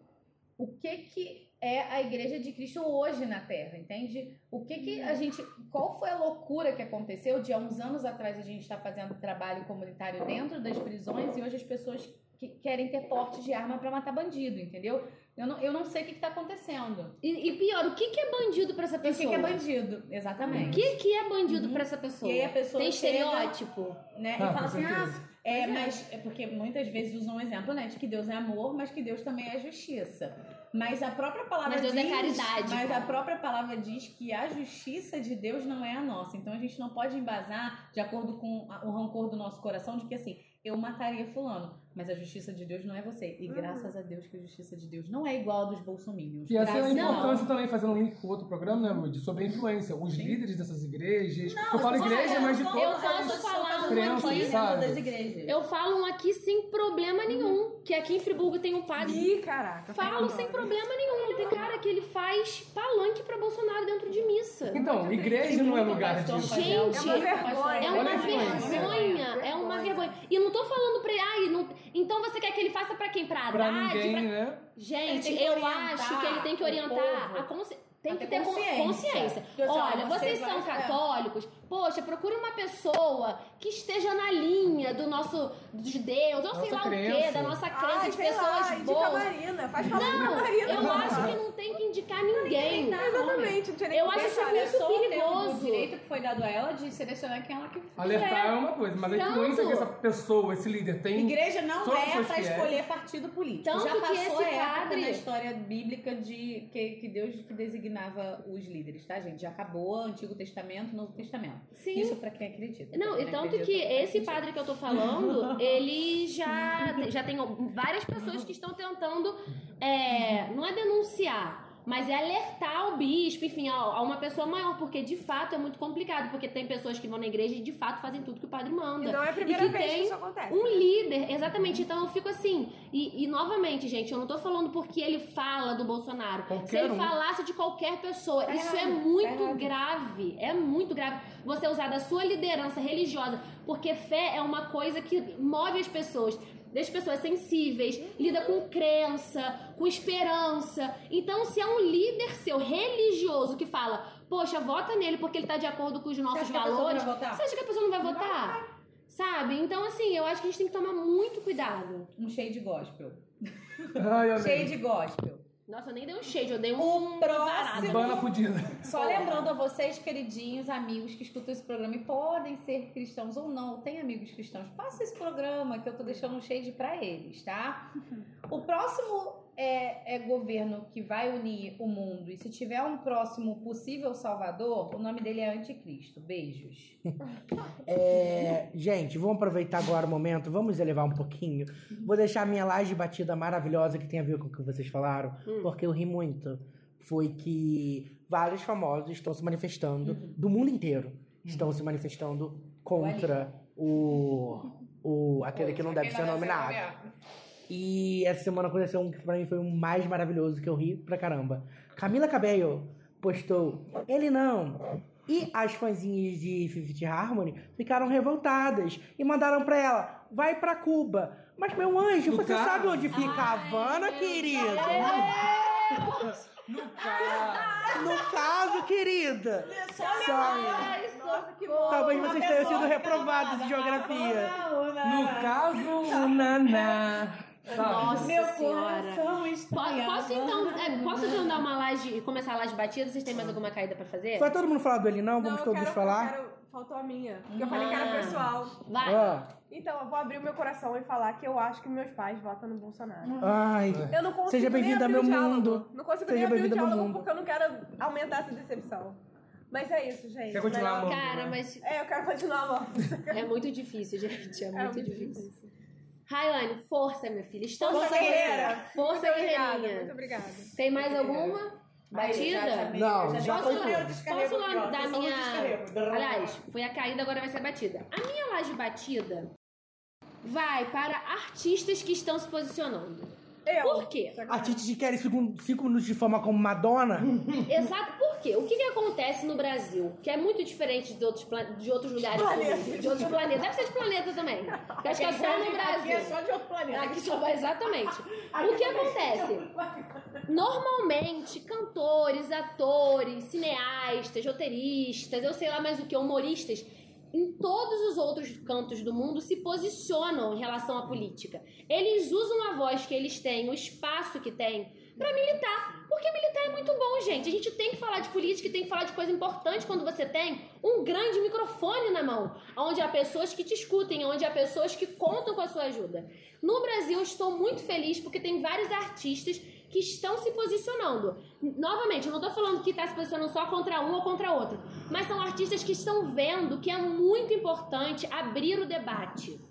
o que que é a Igreja de Cristo hoje na Terra, entende? O que que
Uhum.
a gente, qual foi a loucura que aconteceu de há uns anos atrás a gente está fazendo trabalho comunitário dentro das prisões e hoje as pessoas que querem ter porte de arma para matar bandido, entendeu? Eu não, eu não sei o que está acontecendo.
E, e pior, o que, que é bandido pra essa
E o que,
pessoa?
que é bandido? Exatamente.
O que, que é bandido
Uhum.
pra essa pessoa?
E aí a pessoa
Tem
chega-
estereótipo?
Né? E
Ah,
fala
com
assim, ah,
certeza.
É, mas é porque muitas vezes usam um exemplo, né, de que Deus é amor, mas que Deus também é justiça. Mas a própria palavra
Mas Deus é
diz,
caridade,
mas
cara.
a própria palavra diz que a justiça de Deus não é a nossa. Então a gente não pode embasar de acordo com a- o rancor do nosso coração de que assim, eu mataria fulano, mas a justiça de Deus não é você. E
Uhum.
graças a Deus que a justiça de Deus não é igual a dos bolsominions.
E essa é a
Graças-
importância também, fazendo um link com outro programa, né, Lud? Sobre a influência. Os líderes dessas igrejas. eu falo igreja, mas de
eu
todas
posso
as
falar uma
crenças,
coisa
sabe?
igrejas.
Eu falo um aqui sem problema nenhum. Que aqui em Friburgo tem um padre
Ih,
tá
caraca.
Falo
tá
foi
sem
embora.
problema nenhum. Tem cara que ele faz palanque pra Bolsonaro dentro de missa.
Então, igreja não é lugar
pastor
disso.
fazendo-
Gente,
É uma vergonha.
É uma
Olha a influência.
vergonha, é uma vergonha. E eu não tô falando pra ele, ai, não... então você quer que ele faça pra quem? Pra Haddad?
Pra ninguém,
pra-
né?
Ele
Gente,
tem que
eu
orientar
acho que ele tem que
o
orientar
povo
a consci- Tem
a
que ter
ter
con- consciência.
consciência. Porque, assim,
Olha,
ó, você
vocês
vai-
são
é.
católicos. Poxa, procure uma pessoa que esteja na linha do nosso dos deus, ou sei
Nossa
lá o quê,
crença.
da nossa crença,
Ai,
de
sei
pessoas
lá, indica a
boas.
Marina. Faz favor pra
Não,
Marina.
eu
falar.
acho que não tem que indicar ninguém.
Exatamente, não tinha nem
Eu
que
acho
pensar
isso
nisso.
né?
muito perigoso.
O direito que foi dado a ela de selecionar quem ela que
Alertar é uma coisa, mas a
Tanto-
influência que essa pessoa, esse líder tem.
Igreja não
Só
é
pessoas
pra
fiéis.
escolher partido político.
Tanto
Já
que
passou
esse
a época
padre-
na história bíblica de que, que Deus que designava os líderes, tá, gente? Já acabou o Antigo Testamento, Novo Testamento.
Sim.
Isso pra quem acredita.
Não,
Pra
e
quem
tanto
acredita,
que
faz
esse
sentido.
padre que eu tô falando, ele já, já tem várias pessoas que estão tentando, é, não é denunciar, mas é alertar o bispo, enfim, a, a uma pessoa maior, porque de fato é muito complicado, porque tem pessoas que vão na igreja e de fato fazem tudo que o padre
E
manda.
não é a primeira
que
vez
tem
que isso acontece. né?
Um líder, exatamente. Então eu fico assim. E, e, novamente, gente, eu não tô falando porque ele fala do Bolsonaro.
Qualquer
Se ele
um.
falasse de qualquer pessoa,
Tá
isso é
errado,
muito
tá errado.
grave. É muito grave. Você usar da sua liderança religiosa, porque fé é uma coisa que move as pessoas. Deixa as pessoas sensíveis, lida com crença, com esperança. Então, se é um líder seu religioso que fala, poxa, vota nele porque ele tá de acordo com os
Você
nossos
acha que a pessoa
valores,
vai votar?
você acha que a pessoa não vai
Não
votar? Sabe? Então, assim, eu acho que a gente tem que tomar muito cuidado.
Um cheio de gospel.
Ai, amém.
Cheio de gospel.
Nossa, eu nem dei um shade, eu dei um.
O próximo.
Bana fudida.
Só lembrando a vocês, queridinhos, amigos que escutam esse programa e podem ser cristãos ou não, tem amigos cristãos, passa esse programa que eu tô deixando um shade pra eles, tá? O próximo é, é governo que vai unir o mundo e se tiver um próximo possível salvador, o nome dele é Anticristo. Beijos.
É, gente, vamos aproveitar agora o momento, vamos elevar um pouquinho. Vou deixar a minha laje batida maravilhosa que tem a ver com o que vocês falaram,
Hum.
porque eu ri muito. Foi que vários famosos estão se manifestando,
Uhum.
do mundo inteiro, estão se manifestando contra o, o aquele que não deve ser nominado. E essa semana aconteceu um que pra mim foi o mais maravilhoso que eu ri pra caramba. Camila Cabello postou, ele não. E as fãzinhas de Fifth Harmony ficaram revoltadas e mandaram pra ela, vai pra Cuba. Mas meu anjo,
No
você
carro?
sabe onde fica a
Ai,
Havana,
meu
querido?
No
Ah,
cara.
No caso, querida. Sorry.
Nossa, que
Talvez vocês tenham sido
pessoa fica
reprovados em
do lado,
geografia.
No caso, o naná. Sabe?
Nossa senhora. Po- Posso então, é, posso então dar uma laje e começar a laje batida? Vocês têm mais alguma caída pra fazer?
Vai todo mundo falar do ele não?
Não,
Vamos
eu
todos
quero- eu
falar?
quero- faltou a minha. Porque eu falei que era
Ah.
pessoal.
Vai.
Ah.
Então, eu vou abrir o meu coração e falar que eu acho que meus pais votam no Bolsonaro.
Ai.
Eu não consigo
Seja
nem
bem-vinda ao
abrir o
meu
diálogo.
mundo.
Não consigo
Seja
nem abrir o
bem-vinda ao meu
diálogo
mundo.
porque eu não quero aumentar essa decepção. Mas é isso, gente.
Quer continuar,
Melhor-
amor?
Cara, mas
É, eu quero continuar amando.
é muito difícil, gente. É
É
muito difícil. Raiane, força, minha filha. Estamos
Força
aqui. assim,
guerreira.
Força
Muito obrigada, muito
guerreira.
obrigada.
Tem mais alguma? Batida?
Não, já
Posso,
foi
um
tudo.
posso lá dar minha. Aliás, foi a caída, agora vai ser a batida. A minha laje batida vai para artistas que estão se posicionando.
Eu.
Por quê?
A Titi de quer cinco, cinco minutos de fama como Madonna?
Exato, por quê? O que, que acontece no Brasil? Que é muito diferente de outros, plan- de outros lugares. do
Planeta.
mundo, De outros planetas. Deve ser de planeta também. Porque acho que é só no
Aqui é
Brasil.
só de outro planeta.
Aqui só vai exatamente. O que acontece? Normalmente, cantores, atores, cineastas, roteiristas, eu sei lá mais o que, humoristas, em todos os outros cantos do mundo se posicionam em relação à política. Eles usam a voz que eles têm, o espaço que têm, pra militar. Porque militar é muito bom, gente. A gente tem que falar de política e tem que falar de coisa importante quando você tem um grande microfone na mão, onde há pessoas que te escutem, onde há pessoas que contam com a sua ajuda. No Brasil, eu estou muito feliz porque tem vários artistas que estão se posicionando. Novamente, eu não tô falando que está se posicionando só contra um ou contra outro, mas são artistas que estão vendo que é muito importante abrir o debate.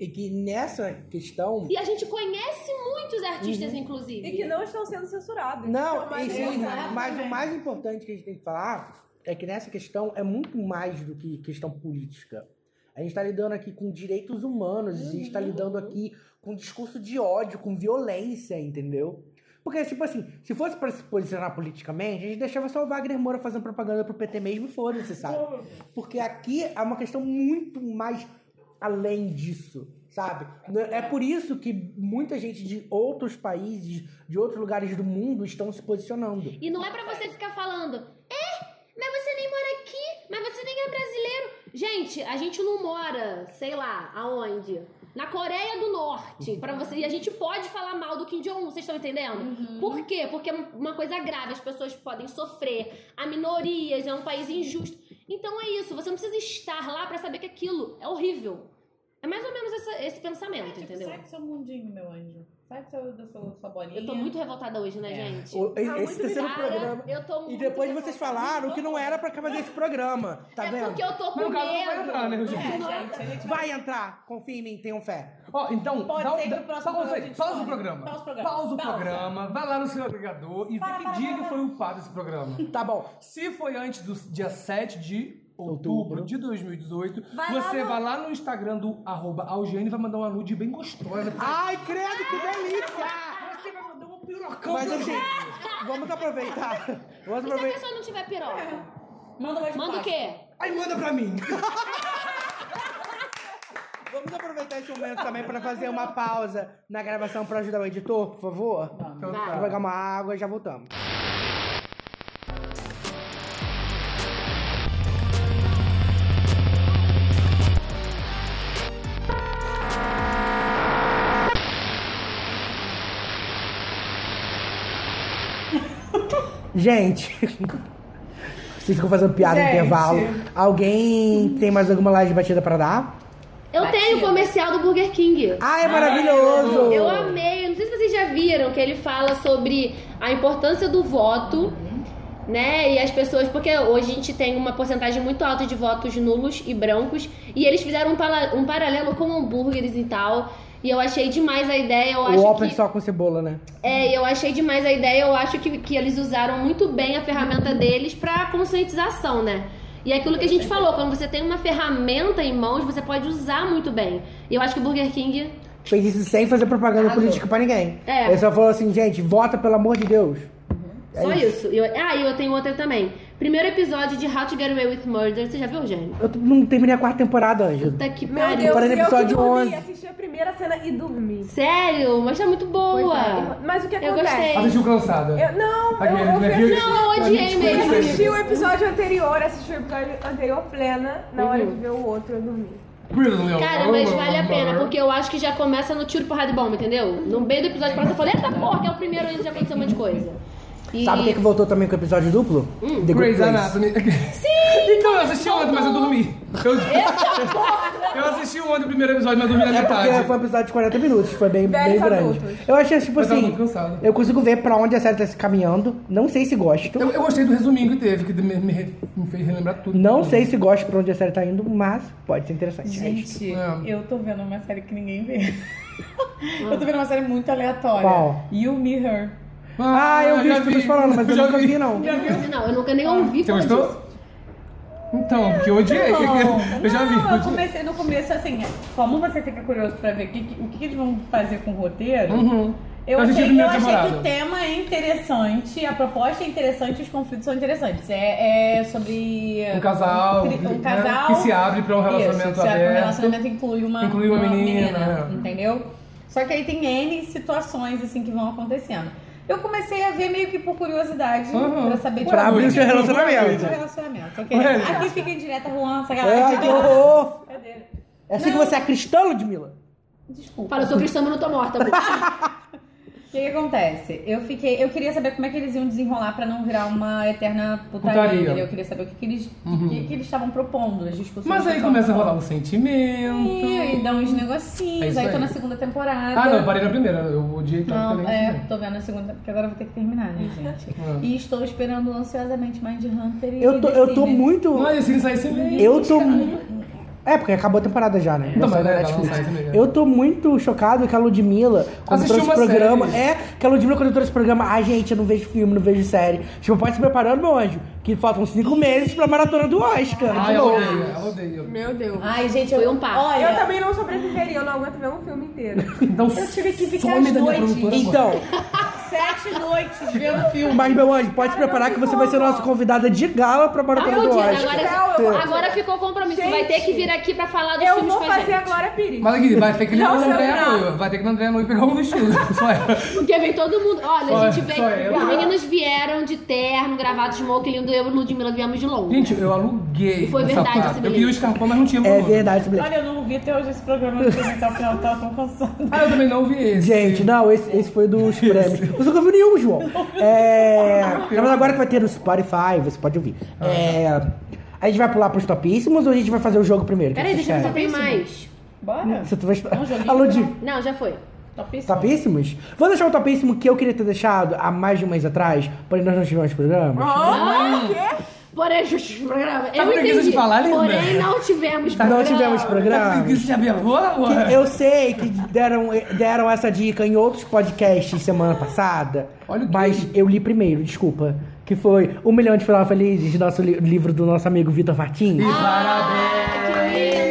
E que nessa questão.
E a gente conhece muitos artistas, inclusive.
Uhum. E que não estão sendo censurados.
Não,
Então,
e
mas-
sim,
Exato.
mas o mais importante que a gente tem que falar é que nessa questão é muito mais do que questão política. A gente está lidando aqui com direitos humanos, a gente está lidando aqui com discurso de ódio, com violência, entendeu? Porque, tipo assim, se fosse pra se posicionar politicamente, a gente deixava só o Wagner Moura fazendo propaganda pro PT mesmo e foda-se, sabe? Porque aqui é uma questão muito mais além disso, sabe? N- É por isso que muita gente de outros países, de outros lugares do mundo, estão se posicionando.
E não é pra você ficar falando, é, mas você nem mora aqui, mas você nem é brasileiro. Gente, a gente não mora, sei lá, aonde? Na Coreia do Norte, para você. E a gente pode falar mal do Kim Jong-un, vocês estão entendendo? Por quê? Porque é uma coisa grave, as pessoas podem sofrer, há minorias, é um país injusto. Então é isso, você não precisa estar lá pra saber que aquilo é horrível. É mais ou menos essa- esse
É,
pensamento,
Tipo,
entendeu?
Sai do seu mundinho, meu anjo. Sai do seu, da sua, sua bolinha.
Eu tô muito revoltada hoje, né,
É.
gente?
Tá
O- e- Esse
muito
terceiro
Cara,
programa.
eu tô
E
muito
depois vocês
revoltada.
falaram que não era pra fazer esse programa, tá
é
vendo?
porque eu tô com
Mas no
medo.
caso, não vai entrar, né, Eugênia?
É, gente, a gente vai...
Vai entrar, confia em mim, tenham fé.
Ó, então,
Pode
dá,
ser que
dá-
no próximo
pausa,
programa a
aí,
gente
pausa o
fale.
programa.
Pausa o programa.
o
Pausa.
programa, vai lá no seu agregador e vê que dia que foi upado esse programa.
Tá bom.
Se foi antes do dia 7 de outubro,
Outubro.
de 2018,
Vai lá
você
no-
vai lá no Instagram do arroba Algiane e vai mandar uma nude bem gostosa.
Ai, credo, que delícia!
Você vai mandar um pirocão
Mas
pra
assim, vamos aproveitar. Vamos
E se a
aproveitar.
pessoa não tiver piroca?
Manda uma de
Manda o
paz.
quê?
Aí manda pra mim.
Vamos aproveitar esse momento também pra fazer uma pausa na gravação pra ajudar o editor, por favor.
Então
Vai.
Vou pegar uma água e já voltamos. Gente. Vocês ficam fazendo piada no
Gente.
intervalo. Alguém tem mais alguma laje batida pra dar?
Eu tenho o comercial do Burger King.
Ah, é maravilhoso!
Eu amei, eu não sei se vocês já viram que ele fala sobre a importância do voto, né? E as pessoas, porque hoje a gente tem uma porcentagem muito alta de votos nulos e brancos, e eles fizeram um, pala- um paralelo com hambúrgueres e tal. E eu achei demais a ideia, eu acho
O Open
que
só com cebola, né?
é, e eu achei demais a ideia, eu acho que, que eles usaram muito bem a ferramenta deles pra conscientização, né? E é aquilo que a gente falou, quando você tem uma ferramenta em mãos, você pode usar muito bem. E eu acho que o Burger King
Fez isso sem fazer propaganda
Arrasou.
política pra ninguém.
É.
Ele só falou assim, gente, vota pelo amor de Deus.
Só isso. E eu- ah, e eu tenho outra também. Primeiro episódio de How to Get Away with Murder. Você já viu, gente?
Eu t- não terminei a quarta temporada, Ângelo.
Puta que
Meu
pariu.
Deus,
Parei no
eu que
episódio
dormi,
11.
assisti a primeira cena e dormi.
Sério, mas tá muito
Pois
boa.
é. Mas o que
Eu
acontece?
gostei.
Assistiu tá cansada.
Eu, não, eu,
Aquele,
eu
né?
fui assistir-
Não, eu odiei
eu
mesmo.
assisti o episódio anterior, assisti o episódio anterior plena, na hora
Uhum.
de ver o outro eu dormi.
Grizzly.
Cara, mas vale a pena, porque eu acho que já começa no tiro, porrada e bomba, entendeu? No meio do episódio, pra você falar, eita porra, que é o primeiro ainda já aconteceu um monte de coisa. E...
Sabe o que, que voltou também com o episódio duplo? The Good
Grey's
Place.
Anatomy. Sim!
tá
Então, eu assisti ontem, mas eu dormi. Eu,
é
eu assisti ontem o primeiro episódio, mas eu dormi na
É porque
metade.
foi um episódio de 40 minutos, foi bem, bem
Velhos
grande.
adultos.
Eu achei, tipo
Mas tava
assim,
muito cansado.
eu consigo ver pra onde a série tá se caminhando. Não sei se gosto.
Eu, eu gostei do resuminho que teve, que me, me re- me fez relembrar tudo.
Não sei se gosto pra onde a série tá indo, mas pode ser interessante.
Gente,
É.
eu tô vendo uma série que ninguém vê. eu tô vendo uma série muito aleatória.
Qual?
You, Me, Her.
Ah, eu vi
já
as pessoas falando, mas eu
já
nunca vi, não.
Não, eu nunca nem ouvi
Você
falar disso.
gostou? Então, porque eu odiei. eu já vi.
Não, eu comecei no começo assim, como você fica curioso pra ver o que, o que eles vão fazer com o roteiro,
Uhum.
eu,
Mas a gente
achei,
viu
eu
a
achei
temporada.
que o tema é interessante, a proposta é interessante, os conflitos são interessantes. É, é sobre.
Um casal,
Um,
né,
casal.
que se abre pra um relacionamento
Isso, se abre pra um
aberto.
relacionamento inclui uma,
Inclui uma menina, é.
entendeu? Só que aí tem N situações assim que vão acontecendo. Eu comecei a ver meio que por curiosidade,
Uhum.
pra saber de
Pra
como
abrir
é
o seu
que-
relacionamento.
Meu relacionamento, ok?
Ué.
Aqui fica em direta, Juan,
É, que
sacanagem.
horror!
Cadê?
É assim que você é cristã, Ludmilla?
Desculpa.
Fala, eu sou cristã, mas não tô morta. amor.
O que, que acontece? Eu fiquei, eu queria saber como é que eles iam desenrolar pra não virar uma eterna putaria,
Putaria. Uhum.
entendeu? Eu queria saber o que, que eles, o que, que eles estavam propondo, as discussões.
Mas
que
aí
eles
começa a
estavam
rolar um sentimento.
propondo. E dá uns
É
negocinhos,
isso
aí tô
aí.
na segunda temporada.
Ah, não, eu parei na primeira. Eu odiei tanto que eu
Não,
nem
é,
assisti.
tô vendo a segunda, porque agora eu vou ter que terminar,
Uhum.
né, gente?
Ah.
E estou esperando ansiosamente mais de Hunter e
Eu tô,
The
eu tô
Sinner.
muito.
Mas assim, sai esse mês.
Eu tô. mu- É, porque acabou a temporada já, né?
Então,
Vai
mas
sair
né, ela
na
não
Netflix.
sai esse mês.
Eu tô muito chocado que a Ludmilla, quando
Assistiu
trouxe
uma
o programa.
série.
É, que a Ludmilla, quando trouxe o programa, ah, gente, eu não vejo filme, não vejo série. Tipo, pode se preparando, meu anjo, que faltam cinco meses pra maratona do Oscar.
Ah,
de
ela
novo.
odeia, ela odeia.
Meu Deus.
Ai, gente, eu...
Foi um papo.
Olha,
Eu também não sobreviveria, eu não aguento ver um filme inteiro.
Então,
Eu tive que ficar
some
às
da minha
noites.
produtora agora.
Então,
sete noites vendo filme.
mas meu anjo, pode se
Cara,
preparar
não
que
me
você vai ser
conta.
nossa convidada de gala pra maratona do
Fudida,
Oscar.
Não, eu-
Tá agora, agora ficou o compromisso.
Gente,
vai ter que vir aqui pra falar dos
Eu
filmes
vou
com a
fazer
gente.
agora Pires.
Mas aqui, vai ter que ir na
Não, não,
Andréa
não.
Noiva. Vai ter que ir na Andréa Noiva pegar um vestido. Só ela.
Porque vem todo mundo. Olha,
Só- é,
a gente
só
veio.
eu.
Os meninos vieram de terno, gravado, smoke lindo. Eu e Ludmilla viemos de longo.
Gente, eu aluguei.
E foi
o
verdade
sapato.
esse
Eu
bilhete.
queria o escarpão, mas não tinha
É
valor.
verdade, Blake.
Olha, eu não vi até hoje esse programa, eu também tá final, tá tão cansado.
Ah, eu também não vi esse.
Gente, não, esse, esse foi dos prêmios. Você nunca viu nenhum, João. É. Mas agora que vai ter no Spotify, você pode ouvir. É. A gente vai pular pros topíssimos ou a gente vai fazer o jogo primeiro?
Peraí, deixa eu ver se eu tenho mais.
Bora?
Você tu vai...
um joguinho,
Alô, de
Não, já foi.
Topíssimo.
topíssimos? Vou deixar o topíssimo que eu queria ter deixado há mais de um mês atrás, porém nós não tivemos programa.
Ah, Porém, justi- programa.
Tá com
Eu
preguiça
entendi.
de falar, linda?
Porém, não tivemos programa.
não tivemos
Tá
programa.
com preguiça de abrir a bola, ué?
Que eu sei que deram, deram essa dica em outros podcasts semana passada,
Olha o
mas eu li primeiro, desculpa. Que foi Um Milhão de Final Felizes, nosso li- livro do nosso amigo Vitor Martins.
E
Ah,
parabéns.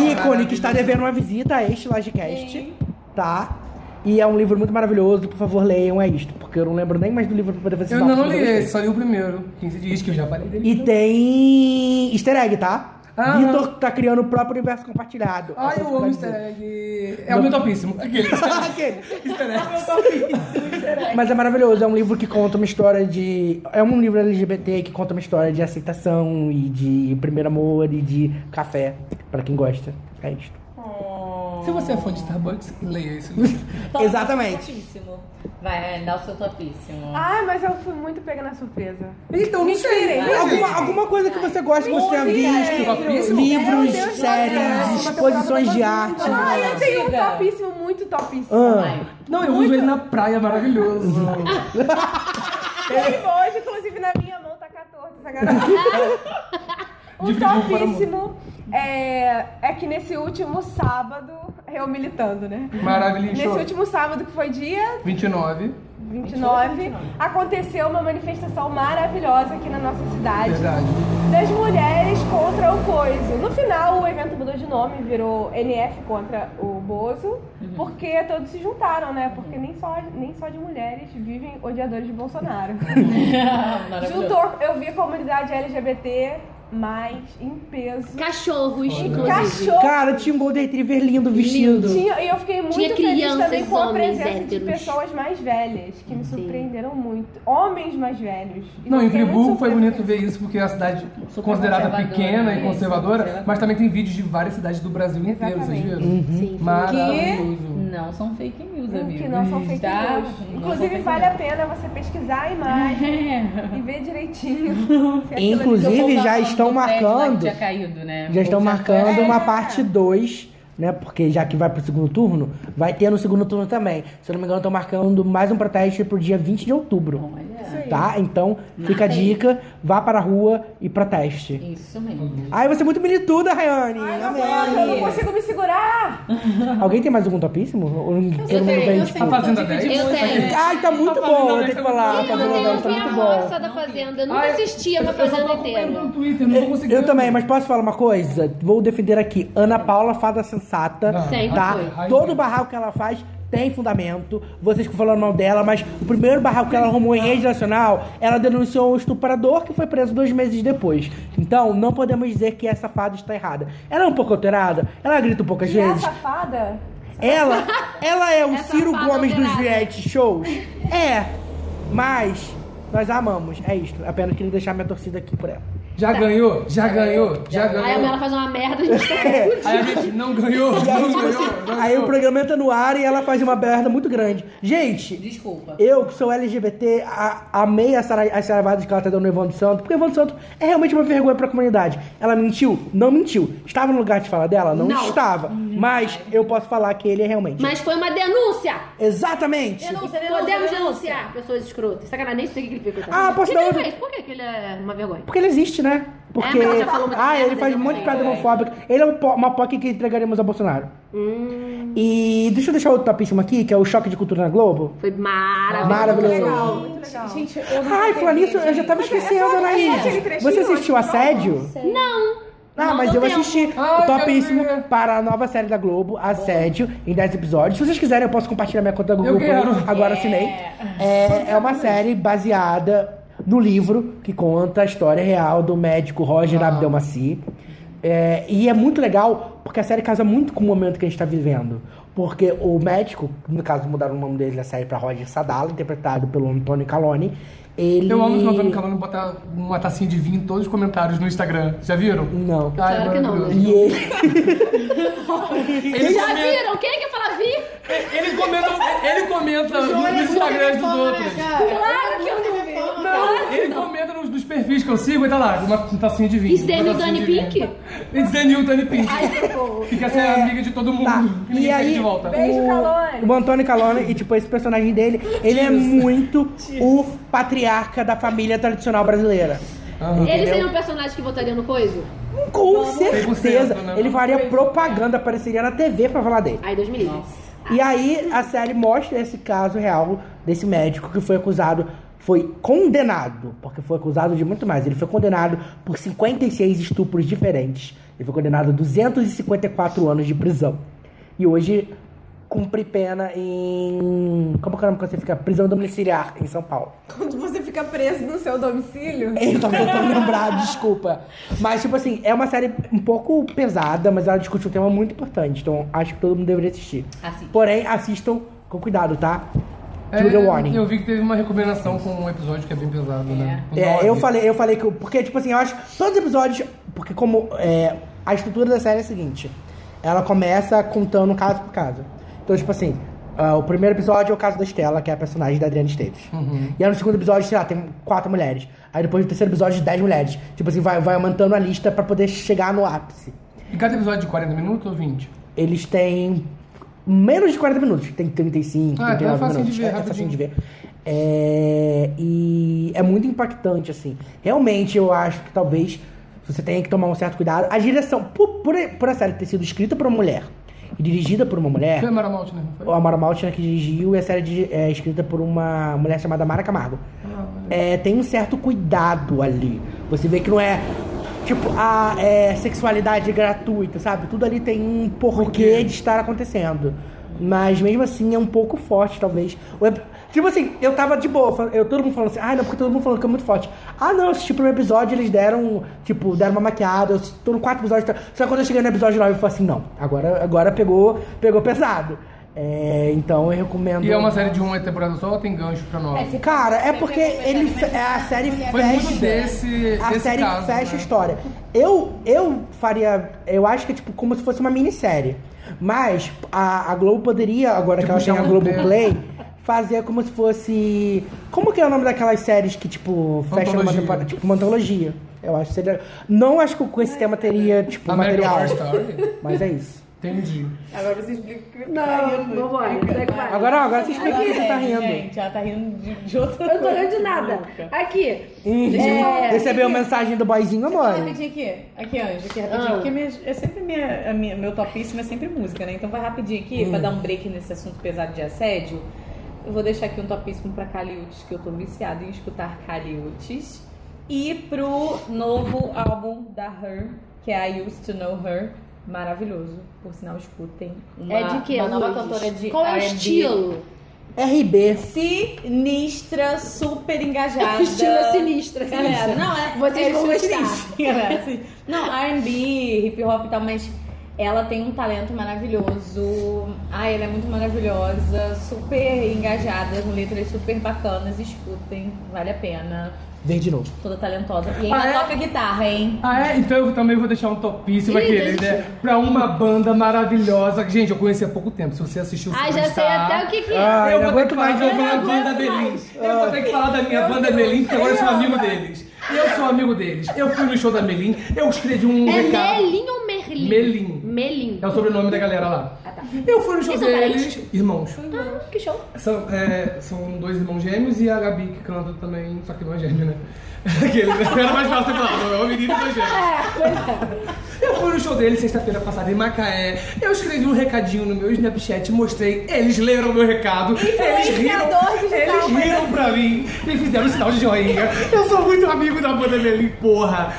ícone que está devendo uma visita a este Lodcast, tá? E é um livro muito maravilhoso, por favor, leiam, é isto. Porque eu não lembro nem mais do livro pra poder fazer
Eu ainda
sinopse,
não
mas
li
eu gostei.
esse, só li o primeiro. 15 dias que eu já falei dele.
E tem easter egg, tá?
Ah.
Vitor tá criando o próprio universo compartilhado.
Ai,
Essa
eu
cidade
amo easter
dele.
egg. É o meu topíssimo. Aquele.
Aquele.
Easter egg.
Mas é maravilhoso, é um livro que conta uma história de. É um livro LGBT que conta uma história de aceitação e de primeiro amor e de café, pra quem gosta. É isto.
Se você é fã de Starbucks, leia esse livro.
Top
Exatamente.
Topíssimo. Vai, dá o seu topíssimo.
Ah, mas eu fui muito pega na surpresa.
Então, não sei. é.
inspirei, né,
Alguma,
gente?
alguma coisa que você gosta, que você tenha visto.
Topíssimo.
Livros,
Meu Deus,
séries,
Deus.
exposições de arte.
Ah, eu tenho um
Diga.
topíssimo, muito topíssimo.
Ah,
Vai.
Não, eu uso ele na praia, maravilhoso.
Tem hoje, inclusive na minha mão tá 14, essa garota. um
Dividiu para o mundo.
topíssimo é, é que nesse último sábado, eu militando, né? Nesse
Maravilhoso.
último sábado, que foi dia
29.
29, aconteceu uma manifestação maravilhosa aqui na nossa cidade.
Verdade.
das mulheres contra o coiso. No final, o evento mudou de nome, virou NF contra o Bozo, porque todos se juntaram, né? Porque nem só, nem só de mulheres vivem odiadores de Bolsonaro. Juntou, eu vi a comunidade LGBT mais em peso.
Cachorros, inclusive.
Cachorro!
Cara, tinha um Golden Retriever lindo vestido.
Tinha, e eu fiquei muito feliz
crianças,
também com a
homens,
presença de
héteros.
pessoas mais velhas, que me surpreenderam muito. Homens mais velhos. E
Não,
eu
em
fiquei muito
Friburgo foi
surpresa.
bonito ver isso, porque é uma cidade
Super
considerada
conservadora,
pequena e
né?
conservadora,
Isso,
mas também tem vídeos de várias cidades do Brasil inteiro, vocês
Exatamente.
viram?
Sim.
Maravilhoso.
Não são fake news,
Hum,
amigo.
que não são É. fake
Tá? Não
news.
são
Inclusive,
fake
vale a
news.
pena você pesquisar a imagem e ver direitinho. se aquilo ali-
Então,
Inclusive,
Eu vou
já
falar
estão
do prédio lá que
marcando.
tinha caído, né?
Já estão
Ou
marcando
É.
uma parte 2, né? Porque já que vai pro segundo turno, vai ter no segundo turno também. Se eu não me engano, estão marcando mais um protesto pro dia 20 de outubro.
Olha,
Tá? Então, fica a dica, vá para a rua e proteste.
isso mesmo.
Ai, você é muito milituda, Rayane!
Ai, não
Amei.
aguento, Ah, eu não consigo me segurar.
Alguém tem mais algum topíssimo? Ou ninguém
Eu
não
tenho,
vem,
eu
tipo-
A Fazenda
Então, Eu
10?
tenho.
Ai, tá muito
A Fazenda
bom, eu
dez
tenho
tá
que falar.
muito
A
boa.
Fazenda
Eu
dez tá
vi
muito
a
bom.
roça da Fazenda.
Ah,
Nunca
eu-
assistia a
eu- eu só tô
Fazenda
acompanhando no
inteira.
Twitter, não tô conseguindo.
Eu também, mas posso falar uma coisa? Vou defender aqui. Ana Paula, fada sensata,
Não,
Sempre
tá?
foi.
Todo barraco que ela faz tem fundamento. Vocês ficam falando mal dela, mas o primeiro barraco que ela arrumou em rede nacional, ela denunciou um estuprador que foi preso dois meses depois. Então, não podemos dizer que essa fada está errada. Ela é um pouco alterada, ela grita um pouco às
E a
vezes.
safada?
Ela, ela é o
Essa
Ciro
fada
Gomes dos
alterada.
reality shows? É, mas nós a amamos. É isto. Apenas queria deixar minha torcida aqui por ela.
Já ganhou, já ganhou, já
Tá. Aí a Mela
ganhou.
faz uma merda, a gente tá
Aí a gente não ganhou, não ganhou, não ganhou.
tipo assim, Aí o programa entra no ar e ela faz uma merda muito grande. Gente,
Desculpa.
eu que sou LGBT, a, amei a sara- as saravadas que ela tá dando no Evandro Santo, porque o Evandro Santo é realmente uma vergonha pra comunidade. Ela mentiu? Não mentiu. Estava no lugar de falar dela? Não,
Não.
estava. Mas eu posso falar que ele é realmente.
Mas foi uma denúncia!
Exatamente!
Podemos denunciar pessoas escrotas. Tá Sacanagem, nem sei o que ele fez. coitado.
Ah, posso
O que
dar
que ele
outra?
fez? Por que que ele é uma vergonha?
Porque ele existe, né? Porque.
É, mas ela já falou muita
ah,
merda,
ele faz um
né,
monte de piada
também.
homofóbica. Ele é um po- uma POC que entregaremos a Bolsonaro.
Hum.
E deixa eu deixar outro topíssimo aqui, que é o choque de cultura na Globo.
Foi maravilhoso.
Maravilhoso.
Legal, muito legal. Gente,
Ai, falar nisso, eu já tava esquecendo,
aquele
Anaís.
trechinho,
Você assistiu
acho que
Assédio?
Não!
Ah,
Não
mas
deu
eu
tempo.
assisti
Ai,
o topíssimo
quero ver.
para a nova série da Globo, Assédio, em 10 episódios. Se vocês quiserem, eu posso compartilhar minha conta da Globo.
quero.
Agora assinei. É, é uma série baseada no livro que conta a história real do médico Roger
Ah.
Abdelmaci. É, e é muito legal porque a série casa muito com o momento que a gente está vivendo. Porque o médico, no caso mudaram o nome dele da série para Roger Sadala, interpretado pelo Antônio Caloni, ele...
Eu amo que o Antônio Calano botar uma tacinha de vinho em todos os comentários no Instagram. Já viram?
Não.
Ai,
Claro que não, né?
maravilhoso.
E ele...
Ele
Já
comenta-
viram? Quem é que fala vi?
Ele comenta, ele comenta
é
nos Instagrams dos
né,
outros.
Claro que eu não vi.
Não, ele comenta nos, nos perfis que eu sigo e tá lá, uma tacinha de vinho.
Isso daí
uma
é o
tacinha
Dani
de vinho.
Pink?
Isso daí é o Dani Pink. Fica sendo
É.
amiga de todo mundo.
Tá.
E ninguém
E aí,
segue Uhum. de volta.
Beijo, Calone.
O Antônio Calone, e tipo, esse personagem dele, ele é muito o patriarca da família tradicional brasileira.
Ele seria um personagem que votaria no coiso?
Com certeza.
100%, né?
Ele faria propaganda, apareceria na TV pra falar dele.
Aí, 2000.
E aí a série mostra esse caso real desse médico que foi acusado, foi condenado, porque foi acusado de muito mais. Ele foi condenado por 56 estupros diferentes. Ele foi condenado a 254 anos de prisão. E hoje cumpre pena em. Como que é o nome quando você fica? Prisão domiciliar em São Paulo.
Quando você fica preso no seu domicílio.
Eu tava tentando lembrar, desculpa. Mas, tipo assim, é uma série um pouco pesada, mas ela discute um tema muito importante. Então, acho que todo mundo deveria assistir.
Assiste.
Porém, assistam com cuidado, tá?
É,
Trigger warning.
Eu vi que teve uma recomendação com um episódio que é bem pesado, né? O
É,
nove.
eu falei, eu falei que. eu- Porque, tipo assim, eu acho. que Todos os episódios. Porque como. é, a estrutura da série é a seguinte. Ela começa contando caso por caso. Então, tipo assim, ah, o primeiro episódio é o caso da Estela, que é a personagem da Adriana Esteves.
Uhum.
E aí no segundo episódio, sei lá, tem quatro mulheres. Aí depois no terceiro episódio, dez mulheres. Tipo assim, vai, vai aumentando a lista pra poder chegar no ápice.
E cada episódio é de 40 minutos ou 20?
Eles têm menos de 40 minutos. Tem 35,
Ah, então é
39
facinho
minutos.
de ver,
é, é facinho
rapidinho.
de ver. É, e é muito impactante, assim. Realmente, eu acho que talvez você tenha que tomar um certo cuidado. A direção, por, por, por a série ter sido escrita por uma mulher e dirigida por uma mulher,
Foi Mara Malte, né? Foi?
o Amaro Maltner que dirigiu e a série di- é escrita por uma mulher chamada Mara Camargo. É, tem um certo cuidado ali. Você vê que não é tipo a é, sexualidade gratuita, sabe? Tudo ali tem um porquê de estar acontecendo. Mas mesmo assim é um pouco forte, talvez. O ep- Tipo assim, eu tava de boa, fal- eu, todo mundo falando assim, ah, não, porque todo mundo falando que é muito forte. Ah, não, eu assisti o primeiro episódio, eles deram, tipo, deram uma maquiada, eu assisti- tô no quatro episódios. tá- Só que quando eu cheguei no episódio 9, eu falei assim, não, agora, agora pegou, pegou pesado. É, então eu recomendo.
E é uma série de uma temporada só ou tem gancho pra nova?
Cara, é porque ele fe- é a série
Foi muito
fecha.
desse,
A
desse
série
caso,
fecha a
né?
história. Eu, eu faria. Eu acho que é tipo como se fosse uma minissérie. Mas a, a Globo poderia, agora que
Tipo,
ela tem a
chama-
Globoplay, fazer como se fosse. Como que é o nome daquelas séries que, tipo, fecham uma
Antologia.
temporada? Tipo, uma antologia. Eu acho que seria. Não acho que com esse tema teria, tipo,
American
material.
Horror Story?
Mas é isso.
Entendi.
Agora você explica o que
Não, vambora. Segue mais.
Agora, não, agora você explica por que você tá
Gente,
rindo.
Gente, ela tá rindo de, de outra
Eu não tô
coisa.
rindo de nada. Aqui.
Uhum.
É.
Ih, Recebeu mensagem do boyzinho,
Fala
amor.
rapidinho aqui. Aqui, Anjo, aqui rapidinho.
Ah.
Porque minha- é sempre minha, a minha, meu topíssimo é sempre música, né? Então vai rapidinho aqui pra dar um break nesse assunto pesado de assédio. Eu vou deixar aqui um topíssimo pra Caliutes, que eu tô viciada em escutar Caliutes. E pro novo álbum da Her, que é I Used to Know Her. Maravilhoso. Por sinal, escutem. Uma,
É de quê?
Uma nova
Lourdes?
cantora de
Qual é o
R&B.
estilo?
RB.
Sinistra, super engajada.
Estilo é sinistra,
Galera,
sinistra.
não, é.
Vocês
é
vão
estilo
gostar.
sinistro, galera, assim. Não, RB, hip hop e tal, mas ela tem um talento maravilhoso. Ai, ela é muito maravilhosa, super engajada, com letras super bacanas. Escutem, vale a pena.
Vem de novo.
Toda talentosa. E ainda
Ah, é?
toca guitarra, hein?
Ah, é? Então eu também vou deixar um topíssimo aquele, né? Pra uma banda maravilhosa. que, Gente, eu conheci há pouco tempo. Se você assistiu,
Ah,
você
já
vai
sei
gostar.
até o que que é.
Ah,
eu
não
vou ter
aguento
que falar
mais,
da
não
minha
aguento
banda Melim. Eu vou ter que falar da minha banda Melim, porque agora eu sou amigo deles. Eu sou amigo deles. Eu fui no show da Melim, eu escrevi um
É
recado.
Melin ou Merlin?
Melim.
Melin.
É o sobrenome da galera lá. Eu fui no show
Eles são
deles. Irmãos.
Ah, que show.
São, é, são dois irmãos gêmeos e a Gabi que canta também, só que não é gêmeo, né? Aquele, né? Era mais fácil você falar, não é uma menina e dois gêmeos.
é.
Eu fui no show deles sexta-feira passada em Macaé. Eu escrevi um recadinho no meu Snapchat, mostrei. Eles leram meu recado. Eles riram. Eles riram
assim.
pra mim. Me fizeram um sinal de joinha. Eu sou muito amigo da banda Melim, porra.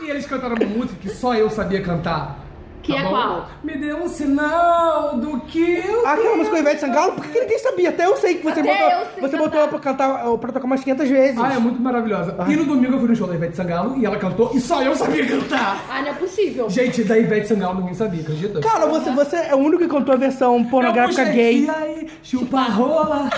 E, e eles cantaram uma música que só eu sabia cantar.
Que
Tá
é
bom?
qual?
Me deu um sinal do que eu
Aquela música com Ivete Sangalo, porque ninguém sabia. Até eu sei que você
Até eu
botou.
sei
Você botou ela pra cantar ou pra tocar umas 500 vezes.
Ah, é muito maravilhosa. E no domingo eu fui no show da Ivete Sangalo e ela cantou e só eu sabia cantar.
Ah, não é possível.
Gente, da Ivete Sangalo ninguém sabia, acredita?
Cara, você, você é o único que cantou a versão pornográfica
Eu puxei,
gay.
E aí, chupa a rola.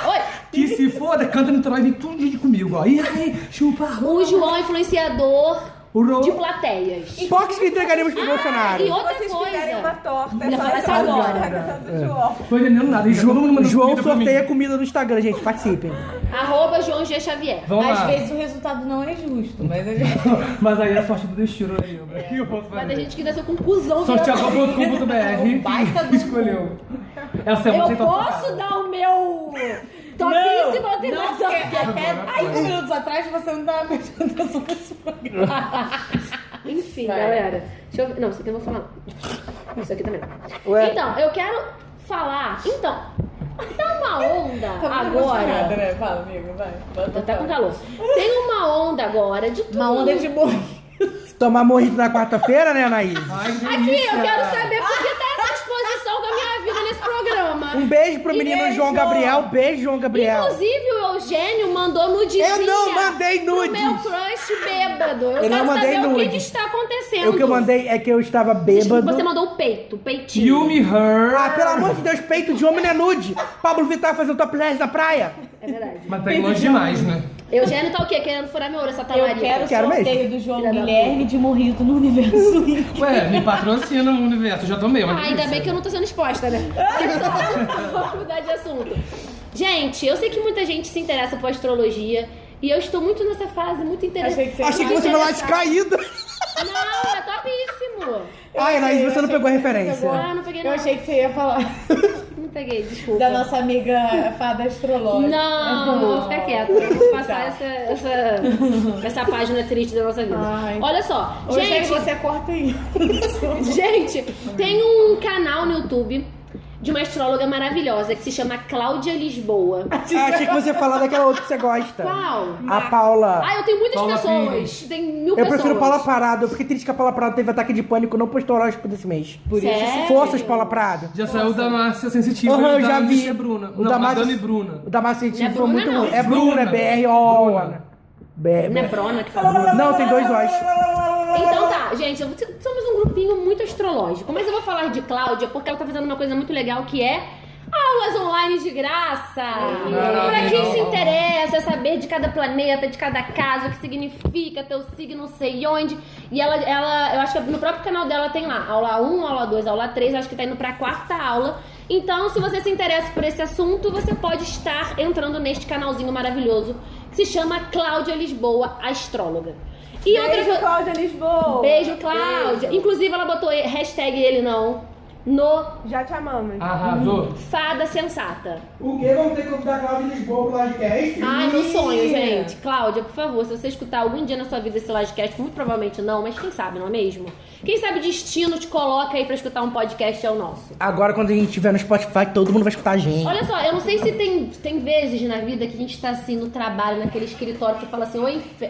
Que se foda, canta no drive todo dia comigo, ó. E aí, chupa a rola.
O João é influenciador
O Ro-
de plateias.
Box que entregaremos pro Bolsonaro.
E outra
Se vocês quiserem uma
coisa.
torta, é
Não,
só
essa
essa
agora.
agora. Do
É.
João.
Tô entendendo nada. E todo mundo mandando
João
comida pra mim.
sorteia comida no Instagram, gente. Participem.
Arroba João G. Xavier.
Vamos
Às
lá.
vezes o resultado não é justo, mas a gente.
Mas aí é a sorte do destino aí, né? O que eu posso
É. Mas
fazer?
tem gente que nasceu com um cuzão.
Sorteador.com.br Escolheu. Essa é a
Eu
música
posso dar o meu topíssimo
Não,
alternação.
porque até aí, cinco minutos atrás você não tá tava prestando atenção nesse programa.
Enfim,
Vai.
galera. Deixa eu ver. Não, isso aqui eu não vou falar. não. Isso aqui também não.
Ué?
Então, eu quero falar. Então, tá uma onda
Tá muito emocionada,
agora.
né? Fala, amigo, vai.
Tô
Bota
até Tá com
fora.
calor. Tem uma onda agora de tudo.
Uma onda de boi.
Tomar morrito na quarta-feira, né, Anaís?
Aqui, eu quero saber por que tá essa exposição com a minha vida nesse programa.
Um beijo pro
E
menino
beijo.
João Gabriel. Beijo, João Gabriel.
Inclusive, o Eugênio mandou nudezinha.
Eu não mandei
nude.
nudes.
meu crush bêbado. Eu,
Eu
quero
não mandei
saber o que,
nudes.
que está acontecendo.
O que eu mandei é que eu estava
Você
bêbado.
mandou o peito, o peitinho.
Yumi Her.
Ah, pelo amor de Deus, peito de homem não é nude. Pablo Vittar fazendo um topless na praia.
É verdade.
Mas tá em longe demais, né?
Eugênio tá o quê? Querendo furar meu olho, essa
Eu
talarica.
quero o
Quero mesmo.
sorteio do João
Filha da
Guilherme de morrido no universo.
Ué, me patrocina o universo, eu já tomei.
Ah, ainda bem que eu não tô sendo exposta, né? Vamos mudar de assunto. Gente, eu sei que muita gente se interessa por astrologia e eu estou muito nessa fase, muito interessante.
Achei que você ia lá descaída.
Não, é topíssimo.
Ai, Anaís,
sei, eu
você não
achei
pegou a
que você
referência.
Ah, não peguei
É Eu
não.
achei que você ia falar
Não peguei, desculpa.
da nossa Uhum. amiga fada astrológica. É
Não, vou ficar quieta. Eu vou
Tá.
passar essa, essa, essa página triste da nossa vida.
Ai.
Olha só,
é
Ô, Gente,
gente,
você corta aí.
gente, tem um canal no YouTube de uma astróloga maravilhosa que se chama Cláudia Lisboa.
Ah, achei que você ia falar daquela outra que você
Tá.
gosta.
Qual?
A Paula.
Ah, eu tenho muitas
Paula
pessoas.
Pires.
Tem mil
Eu
pessoas.
prefiro Paula Prado. Eu fiquei triste que a Paula Prado teve ataque de pânico, não postou horóscopo desse mês. Por
isso, Sério?
Forças, Paula Prado.
Já saiu da Márcia Sensitiva
Aham,
e
eu
da
já vi.
Márcia Bruna.
O é
não,
da
a
Márcia-
Dani Bruna.
O da Márcia
Não é
Científico foi
Bruna,
muito.
não.
É Bruna, é BR, ó. Ana. BR.
Não é Brona que fala.
Não, tem dois Os.
Então tá, gente, eu- somos um grupinho muito astrológico. Mas eu vou falar de Cláudia porque ela tá fazendo uma coisa muito legal que é aulas online de graça. Pra quem se interessa, saber de cada planeta, de cada casa, o que significa, teu signo, não sei onde. E ela, ela, eu acho que no próprio canal dela tem lá aula 1, aula 2, aula 3, acho que tá indo pra quarta aula. Então, se você se interessa por esse assunto, você pode estar entrando neste canalzinho maravilhoso que se chama Cláudia Lisboa Astróloga. E outra
Beijo,
coisa.
Cláudia Lisboa.
Beijo, Cláudia. Inclusive, ela botou e- hashtag ele não no
Já te amamos.
Arrasou.
Fada Sensata.
O que vão ter que convidar a Cláudia Lisboa pro livecast?
Ai, meu sonho, gente. Cláudia, por favor, se você escutar algum dia na sua vida esse livecast, muito provavelmente não, mas quem sabe, não é mesmo? Quem sabe o destino te coloca aí pra escutar um podcast é o nosso.
Agora, quando a gente estiver no Spotify, todo mundo vai escutar a gente.
Olha só, eu não sei se tem, tem vezes na vida que a gente tá assim no trabalho, naquele escritório, que você fala assim, oi, fe...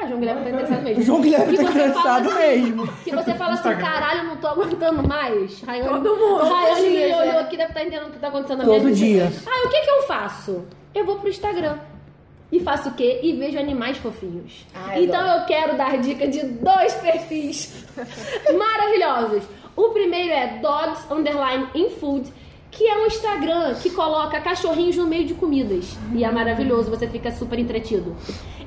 Ah, João Guilherme tá interessado
O
mesmo.
João Guilherme
Que
tá
você fala
cansado
assim-
mesmo.
Que você fala assim, caralho, não tô aguentando mais. Raiane,
Todo mundo, todo
Raiane me
dia,
olhou
né?
aqui, deve estar entendendo o que tá acontecendo na
Todo
minha vida.
dia.
Ah, o que que eu faço? Eu vou pro Instagram. E faço o quê? E vejo animais fofinhos.
Ai,
então eu quero dar dica de dois perfis maravilhosos. O primeiro é Dogs Underline in Food, que é um Instagram que coloca cachorrinhos no meio de comidas. E é maravilhoso, você fica super entretido.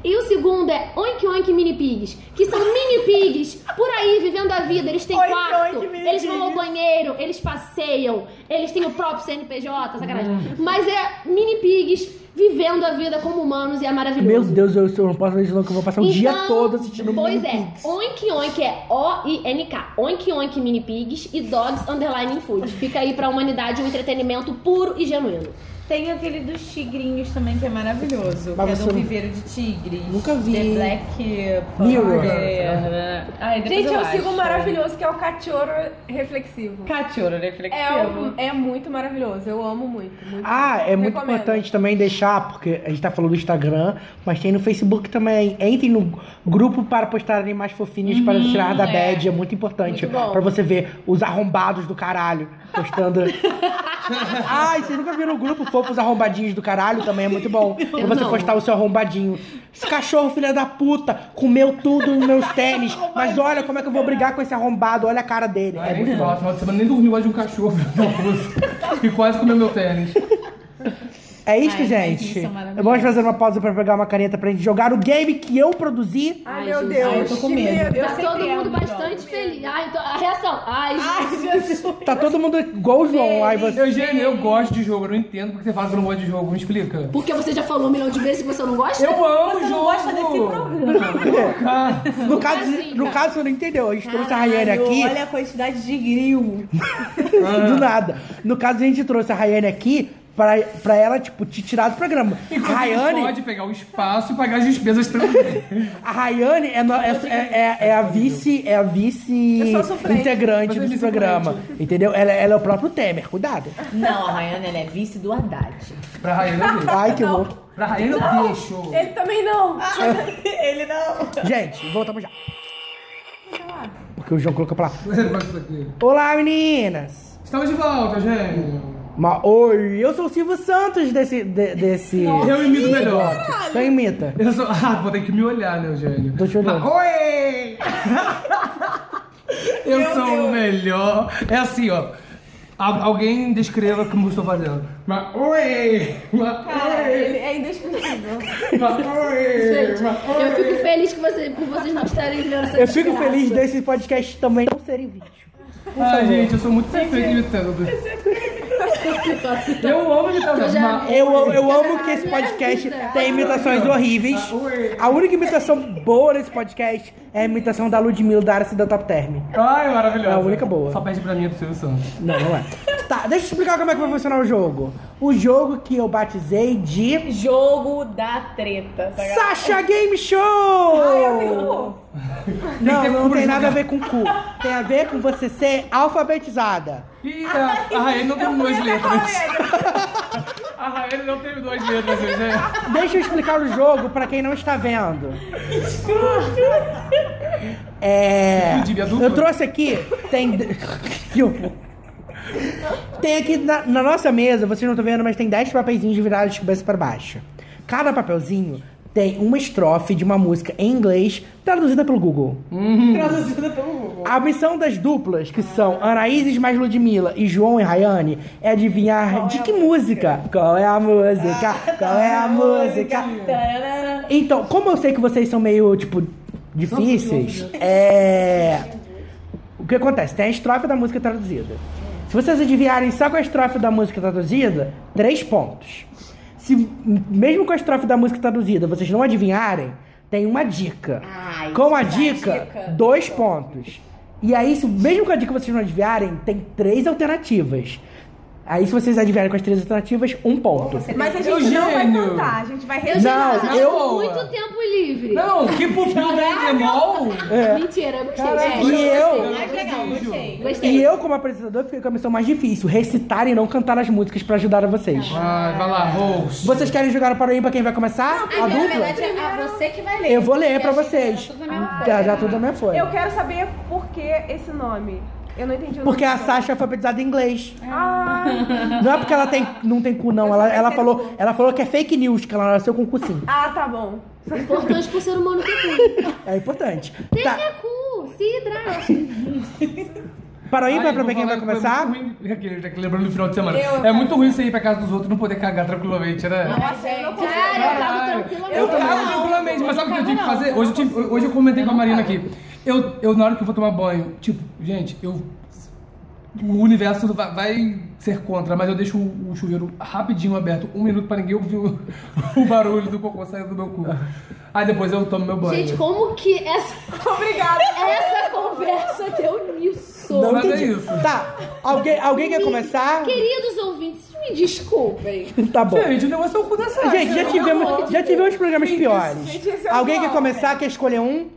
E o segundo é Oink Oink Mini Pigs, que são mini pigs por aí vivendo a vida. Eles têm
Oink
quarto,
Oink Mini
eles vão ao
Pigs.
banheiro, eles passeiam, eles têm o próprio CNPJ,
Hum.
sacanagem. Mas é mini pigs vivendo a vida como humanos e é maravilhoso.
Meu Deus, eu, eu não posso fazer isso não, que eu vou passar Tá o dia todo assistindo
Então, Pois
Mini
é,
Pigs.
Oink Oink é O-I-N-K. Oink Oink Mini Pigs e Dogs Underline Food. Fica aí pra humanidade um entretenimento puro e genuíno.
Tem aquele dos tigrinhos também que é maravilhoso.
Mas
que é
você
do
não-
viveiro de tigres.
Nunca vi.
The Black
Mirror.
Mirror. Ai, depois
Gente, eu
acho.
sigo um maravilhoso que é o Cachorro Reflexivo.
Cachorro
É,
reflexivo.
um- é muito maravilhoso, eu amo muito. muito.
Ah, é muito
Recomendo.
importante também deixar, porque a gente tá falando do Instagram, mas tem no Facebook também. Entrem no grupo para postar animais fofinhos para tirar da bad, é muito importante.
Uhum. Muito bom.
Pra você ver os arrombados do caralho postando. Ai, vocês nunca viram o grupo Fofos Arrombadinhos do Caralho? Também é muito bom. Pra você
não.
postar o seu arrombadinho. Esse cachorro, filha da puta, comeu tudo nos meus tênis, mas olha como é que eu vou brigar com esse arrombado, olha a cara dele.
Ai,
É
nem
muito
fala,
bom.
final de semana nem dormiu mais de um cachorro no almoço. e quase comeu meu tênis.
É isso,
Ai, mas
gente.
isso é maravilhoso.
Vamos fazer uma pausa pra pegar uma caneta pra gente jogar o game que eu produzi.
Ai,
Ai,
meu
Jesus.
Deus.
Ai, eu tô com
que
medo.
Eu
tá
sempre
todo
é
amo
mundo
jogos.
bastante feliz. Ai, então, a reação. Ai, gente.
Tá todo mundo igual o João. Aí você.
Eugênio, eu gosto de jogo, eu não entendo porque você fala que eu não gosto de jogo, me explica.
Porque você já falou um milhão de vezes que você não gosta?
Eu amo
Você
jogo!
não gosta desse programa.
Ah,
No caso,
assim,
no
cara.
caso, você não entendeu. A gente trouxe a Rayane aqui
Olha a quantidade de grilo.
do nada. No caso, a gente trouxe a Rayane aqui pra, pra ela, tipo, te tirar do programa.
Inclusive,
Rayane,
é pode pegar o espaço e pagar as despesas também.
a Rayane é, no- é, é, é- é a vice, é a vice
assim? Eu sou suplente.
integrante
Você é
desse
vice-suplente.
programa. Entendeu? Ela, ela é o próprio Temer, cuidado.
Não, a Rayane, ela é vice do Haddad.
pra Rayane eu deixo.
Ai, que louco.
Pra Rayane eu deixo.
Ele também não.
Ele não.
Gente, voltamos já. Porque o João colocou pra lá.
Eu gosto daqui.
Olá, meninas!
Estamos de volta, Eugênio.
Ma Oi, eu sou o Silvio Santos desse. de- desse...
Eu imito melhor.
Então imita.
Eu sou... Ah, vou ter que me olhar, né, Eugênio?
Tô te olhando.
Mas- Oi! Eu sou o melhor. É assim, ó. Al- alguém descreva como eu estou tá fazendo. Mas oi! Mas
Cara,
oi!
ele é indescritível.
Mas oi!
Gente,
Mas
eu
oi!
fico feliz que você, por vocês não estarem vendo essa
Eu fico
desgraça.
feliz desse podcast também não ser em vídeo.
Ah, gente, eu sou muito perfeito imitando. Eu amo imitar
Eu já-
Mas
Eu, eu, eu amo
Caralho,
que esse podcast
é vida.
tem imitações horríveis.
oi!
A única imitação boa desse podcast é a imitação da Ludmilla da Arce da Top Term.
Ai, maravilhoso.
É a única boa.
Só perde pra mim é do Silvio Santos.
Não, não é. Tá, deixa eu explicar como é que vai funcionar o jogo. O jogo que eu batizei de
Jogo da treta. tá ligado?
Sasha Game Show! Não,
Tem que ter
não
cu
tem
pra
nada
jogar.
a ver com cu. Tem a ver com você ser alfabetizada.
Ih, a, a Raeli Ah, não teve duas letras. A Raeli não teve duas letras, é gente.
Deixa eu explicar o jogo pra quem não está vendo. É.
Fudir minha dupla?
Eu trouxe aqui. Tem. Que horror. Tem aqui na, na nossa mesa, vocês não estão vendo, mas tem 10 papeizinhos virados de cabeça para baixo. Cada papelzinho tem uma estrofe de uma música em inglês traduzida pelo Google.
Traduzida pelo Google.
A missão das duplas, que são Anaíses mais Ludmilla e João e Rayane, é adivinhar de que música? Qual é a música? Qual é a música?
Tararara.
Então, como eu sei que vocês são meio, tipo, difíceis, é. O que acontece? Tem a estrofe da música traduzida. Se vocês adivinharem só com a estrofe da música traduzida, três pontos. Se m- mesmo com a estrofe da música traduzida vocês não adivinharem, tem uma dica.
Ai,
com a
isso,
dica,
dica.
dois pontos. E aí, se, mesmo com a dica vocês não adivinharem, tem três alternativas. Aí, se vocês adivinharem com as três alternativas, um ponto.
Mas a gente não vai
Eugênio.
cantar, a gente vai
Eu já
Não,
não, eu
eu-
tenho muito tempo livre. Ah,
Não, que pupila mal.
Mentira, eu gostei.
Caraca, é.
gente.
e eu-
né?
Ai, que legal, gostei.
Gostei.
E eu, como apresentador, fiquei com a missão mais difícil: recitar e não cantar as músicas pra ajudar a vocês.
Tá
Ai, vai lá, host.
Vocês querem jogar o Paroímba quem vai começar?
Ah, na
a dupla?
verdade, é a você que vai ler.
Eu vou
Porque
ler pra
achei que era
vocês. Ah,
tudo na mesma
Já,
folha.
já tudo na minha folha.
Eu quero saber por que esse nome. Eu não entendi o
Porque
nome
a
dele.
Sasha é alfabetizada em inglês.
Ah,
Não é porque ela tem, não tem cu, não. Ela, ela, falou, ela falou que é fake news, que ela nasceu com cu sim.
ah, tá bom.
Importante pro ser humano ter cu.
É importante.
Tenha
Tá,
cu, se hidrate.
Ai,
Paroíba
eu
é pra
vou
ver quem
falar
vai
que foi
começar.
muito ruim, Aquele, aquele lembrando do final de semana. é muito ruim você ir pra casa dos outros e não poder cagar tranquilamente, né?
Nossa, eu não é consigo.
Cara, eu
Caralho.
cago tranquilamente.
Eu cago tranquilamente, mas sabe o que eu tive que fazer? Hoje eu, tive- hoje eu comentei com a Marina aqui. Eu, eu, na hora que eu vou tomar banho, tipo, gente, eu. O universo vai, vai ser contra, mas eu deixo o, o chuveiro rapidinho aberto, um minuto pra ninguém ouvir o, o barulho do cocô saindo do meu cu. Aí depois eu tomo meu banho.
Gente, como que essa,
Obrigada.
essa conversa deu nisso?
Não
Mas é
entendi.
isso.
Tá, alguém, alguém quer começar?
Queridos ouvintes, me desculpem.
Tá bom.
Gente, o negócio é o cu da Sasha.
Gente, já tivemos, já tivemos programas
gente, esse
piores.
é o
Alguém
mal,
quer começar? Quer escolher um?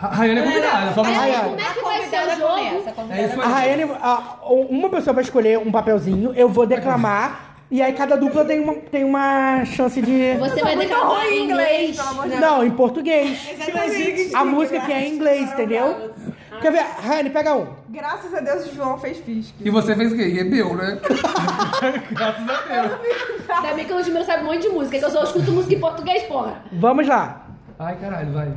A Rayane é convidada, só
Mas
Ai, ai.
como é que
A
vai ser
convidada
o jogo?
começa, a convidada
É isso
A
aí.
Rayane, a- ah, uma pessoa vai escolher um papelzinho, eu vou declamar, e aí cada dupla tem uma, tem uma chance de.
Você vai declamar em inglês.
Não, em português. A música que é em inglês, entendeu? Quer ver? Rayane, pega um.
Graças a Deus o João fez fisque.
E você fez o quê? E é meu, né? Graças a Deus.
Ainda bem que o Ludmilla sabe um monte de música, que eu só escuto música em português, porra.
Vamos lá.
Ai, caralho, vai.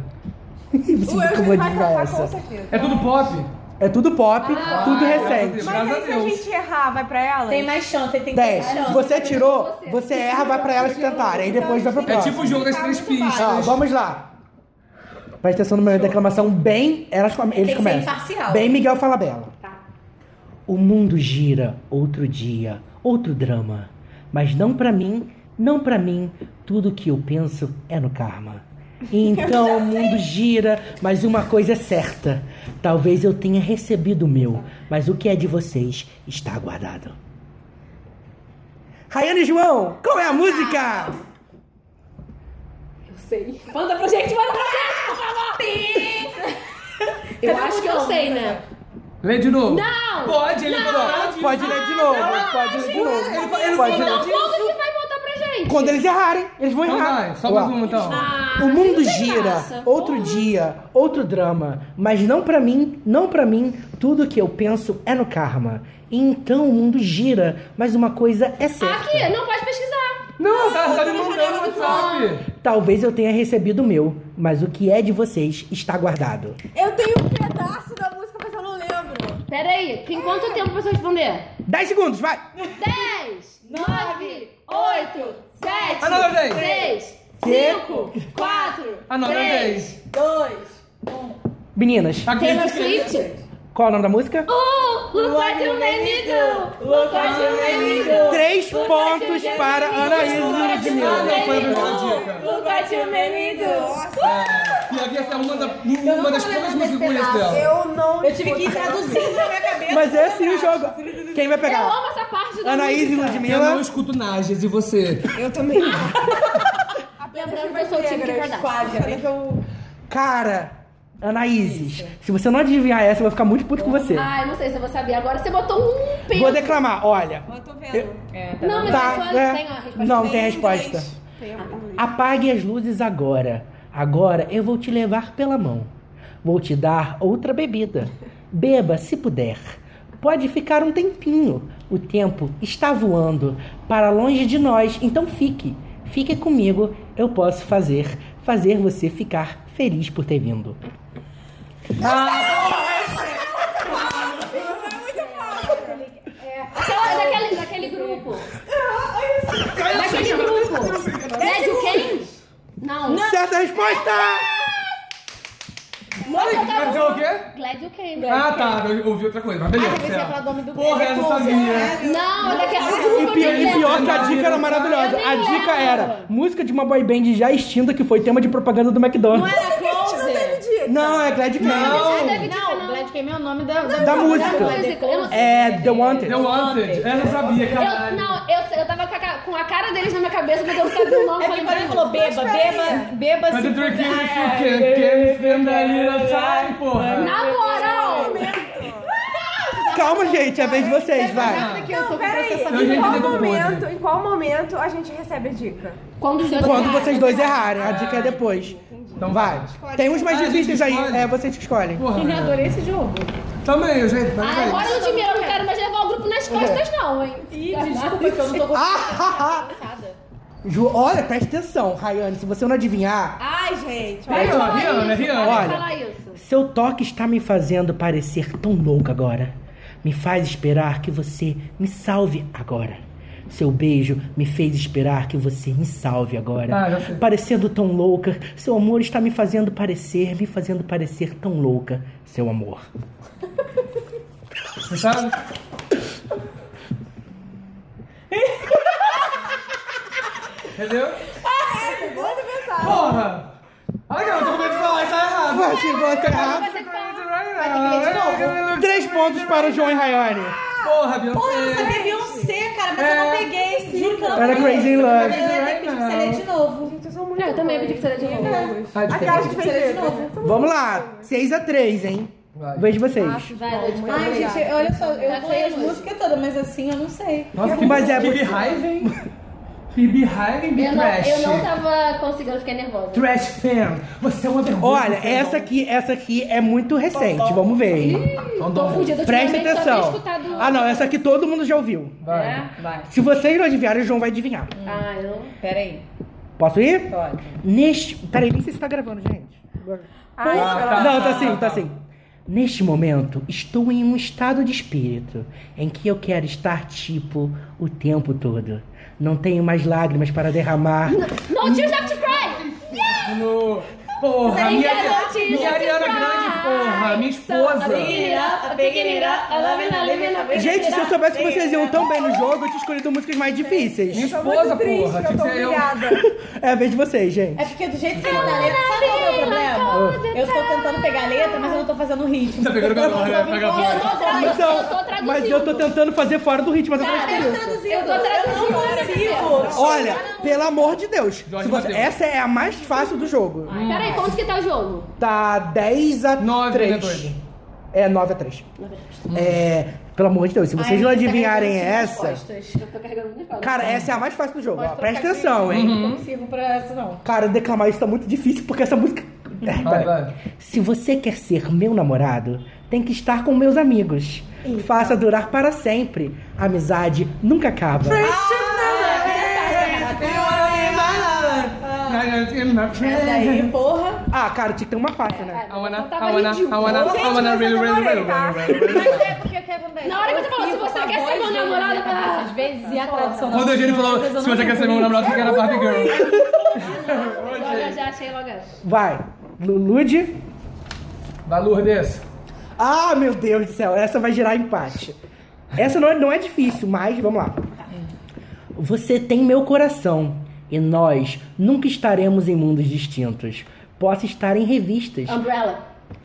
Você
O
nunca
Eugênio
vou
vai Ah,
adivinhar
cantar com
essa.
certeza.
É tudo pop?
É tudo pop, tudo recente.
Deus.
Mas aí
Graças
se
a
a
Deus.
gente errar, vai pra ela?
Tem mais chance, tem que ter mais
10.
chance.
Você tirou, você erra, vai pra elas tentarem. Aí depois vai pro
É tipo
próximo.
o jogo das três
Ó,
pistas.
vamos lá. Presta atenção numa declamação bem. Elas, come- eles
que ser
começam.
imparcial.
Bem Miguel Falabella. O mundo gira, outro dia, outro drama. Mas não pra mim, não pra mim. Tudo que eu penso é no karma. E Então o mundo gira, mas uma coisa é certa. Talvez eu tenha recebido o meu, mas o que é de vocês está aguardado. Rayane e João, qual é a música?
Eu sei. Manda pra gente, manda pra gente, por favor! Eu acho que eu sei, né?
Lê de novo.
Não!
Pode, ele falou.
Pode ler de novo, pode ler de novo. Pode ler
Então
de novo.
quando que vai voltar pra gente?
Quando eles errarem, eles vão
Então
errar.
vai, só
Ó.
mais um então.
Ah,
O mundo
não tem
gira,
graça.
outro
Porra.
dia, outro drama, mas não pra mim, não pra mim, tudo que eu penso é no karma. E então o mundo gira, mas uma coisa é certa.
Aqui, não pode pesquisar.
Não, tá, tá me mandando no WhatsApp.
Talvez eu tenha recebido o meu, mas o que é de vocês está guardado.
Eu tenho um pedaço da música, mas eu não lembro.
Pera aí, tem quanto tempo pra você responder?
10 segundos, vai!
10, 9, 8, 7,
Anota dez.
6,
Quê?
5, 4,
Anota
3,
Ah, dez. Tá
2,
Meninas,
Taylor
Acredito que-
Swift.
qual é o nome da música?
Oh, look what
é um
you made me do. Look what you made me do.
Três
Look what you
pontos
made me
para
do.
Anaísa
Look
Ludmilla.
what you
Não foi a
made me
primeira
do.
dica.
Look
é um
what you made me do.
E aqui essa é uma, da- uma das poucas músicas que eu conheço dela.
Eu não.
Eu tive que ir traduzindo na minha cabeça.
Mas é assim o jogo. Quem vai
Eu
pegar?
amo essa parte da
Anaísa Tá e
música.
Eu não
Ludmilla.
escuto Najas e você.
Eu também.
Lembrando que eu sou o time de Kardashian.
Quase, é bem que eu.
Cara, Anaíses, se você não adivinhar essa, eu vou ficar muito puto com você.
Ah, eu não sei se eu vou saber. Agora você botou um peso.
Vou declamar, olha.
Eu tô vendo.
É, tá.
Não, mas
Tá,
eu só
é.
tenho a resposta.
Não
Tem
tem resposta.
inglês. Tem inglês.
Apague as luzes agora. Agora eu vou te levar pela mão. Vou te dar outra bebida. Beba se puder. Pode ficar um tempinho. O tempo está voando para longe de nós, então fique. Fique comigo, eu posso fazer fazer você ficar feliz por ter vindo.
Aquela, é daquele, daquele grupo. daquele grupo. Médio quem? Não.
Certa resposta!
Vai dizer o quê?
Glédio quem?
Ah, tá. Eu ouvi outra coisa. Mas beleza.
Você ia falar
certo.
do homem do
Porra, eu não sabia.
Não, é daquele grupo.
E pior,
de
e pior que a
lembro.
dica era maravilhosa.
Eu
A
nem
dica
lembro.
era música de uma boy band já extinta que foi tema de propaganda do
Não
McDonald's.
era Closer?
Não, é Glad Não.
Não, David
Não,
Cannell.
Glad Game é o nome da, da,
Da música.
Da música. Eu não-
É The Wanted.
The Wanted. Eu não sabia,
Eu,
caralho.
não, eu, eu tava com a, ca- com a cara deles na minha cabeça, mas eu não sabia o nome.
É porque quando ele falou beba, beba, beba Ah, é.
Mas
se
eu tô aqui
puder.
é.
no que Can spend a little time, porra.
Na moral!
Calma, gente, é a vez de vocês, vai.
Sabe que eu tô com
Peraí,
processamento?
Eu já
em qual
entendi todo mundo.
momento, em qual momento a gente recebe a dica?
Quando os dois
Quando
erraram.
vocês dois errarem, a dica é depois.
Então vai.
Tem uns mais
Ah,
difíceis aí,
escolhe.
é vocês que escolhem.
Porra. né?
Eu adorei esse jogo.
Também, eu já entendi.
Ah, agora eu admiro, eu não quero mais levar o grupo nas costas, não, hein?
Ih, desculpa que eu não tô com
Ah, Ju, olha, presta atenção, Rayane, se você não adivinhar,
Ai, gente.
Vai
Rihanna,
falar
Rihanna,
isso,
Rihanna.
vai
Olha.
falar isso.
seu toque está me fazendo parecer tão louco agora. Me faz esperar que você me salve agora. Seu beijo me fez esperar que você me salve agora.
Ah, já sei.
Parecendo tão louca, seu amor está me fazendo parecer, me fazendo parecer tão louca, seu amor.
Você sabe? Entendeu? Porra! Ai, cara, eu tô com medo de falar, tá errado.
Vai, Chico, vai errar. Três pontos para o João e Rayane.
Porra, Beyoncé.
Porra, eu não sabia Beyoncé, cara, mas eu não
É.
peguei. Juro que eu não
Era
peguei.
Crazy in
Eu
Love.
ia pedir pra você ler de novo.
Gente, eu sou muito
Não, eu também
ruim.
pedi pra você de novo.
Ai, desculpa.
Aquelas que fez
Precisa de
letra.
novo.
Eu sou muito
Vamos lá, 6 a 3 hein?
Vai.
Vejo vocês.
Vai, Lud,
Muito
Ai,
obrigada.
gente, olha só, eu
Essa
sei
é
as
Lud.
músicas todas, mas assim eu não sei.
Nossa, que,
Mas é
que
muito-
behive, hein? Que behive, hein?
Eu não,
trash.
eu não tava conseguindo, fiquei nervosa.
Trash fan. Você é uma vergonha.
Olha, essa aqui, essa aqui é muito recente, vamos ver. hein?
Então
Tô fudida,
Presta
ultimamente só tenho
atenção.
escutado...
Ah, não, essa aqui todo mundo já ouviu.
Vai.
É.
Vai,
Se vocês não adivinharem, o João vai adivinhar.
Ah, eu não...
peraí.
Posso ir?
Pode.
Neste. Peraí, nem sei se tá gravando, gente.
Ah, então
Ai, pela-
Não, tá sim, tá sim. Neste momento, estou em um estado de espírito em que eu quero estar tipo o tempo todo. Não tenho mais lágrimas para derramar.
No Tears Left to Cry!
No... Porra, minha,
Obrigada, tia,
minha Ariana
tia.
Grande, porra, minha esposa.
So, I'm picking it up, I'm picking it up, I love it, I live it, I live it.
Gente, se eu soubesse que vocês iam tão bem no jogo, eu tinha escolhido músicas mais
Minha
É.
difíceis.
Eu tô muito
esposa,
triste,
porra.
eu
Tinha
tô
que ser eu.
humilhada.
É a vez de vocês, gente.
É porque do jeito que ele tá lendo, sabe qual é o meu problema? Eu tô tentando pegar a letra, mas eu não tô fazendo ritmo.
Tá pegando calor, né? Pega a
Eu
bola.
tô traduzindo,
Mas eu,
eu tô traduzindo.
Então, mas eu tô tentando fazer fora do ritmo, mas eu tô
Cara,
conseguindo.
Eu tô traduzindo.
Eu não consigo.
Olha, pelo amor de Deus. se
Jorge
você-
Mateus.
essa é a mais fácil do jogo.
Peraí, quanto que tá o jogo?
Tá 10 a
Nove,
3.
né, doido?
É, 9 a 3. É, pelo amor de Deus, se vocês não adivinharem essa.
Eu tô carregando minhas costas.
Cara, essa é a mais fácil do jogo. ó. Presta atenção,
Uhum.
hein?
Eu não consigo pra isso, não.
Cara, declamar isso tá muito difícil porque essa música. É,
Vai,
pera.
vai.
Se você quer ser meu namorado, tem que estar com meus amigos. Faça durar para sempre. A amizade nunca acaba.
Não, não, não, friend in my
Essa
friend.
daí, porra.
Ah, cara, tinha que ter uma faixa, né?
I wanna,
tava
I wanna, I
ridículo.
wanna,
Gente,
I wanna
mas
really,
eu
really,
demorei,
really,
tá?
really, really, really.
Mas é porque o que acontece?
Na hora que
Eu
você falou, se
fico
você
com a
quer ser
voz
meu
dele na
namorado, ah,
minha cabeça às vezes, e a tradução
Quando o Eugênio falou, se você quer ser meu namorado, fica na Barbie Girl.
Logo, eu já achei logo essa.
Vai. Lulude.
Vai, Lourdes.
Ah, meu Deus do céu, essa vai gerar empate. Essa não é, não é difícil, mas vamos lá. Você tem meu coração e nós nunca estaremos em mundos distintos. Posso estar em revistas.
Umbrella.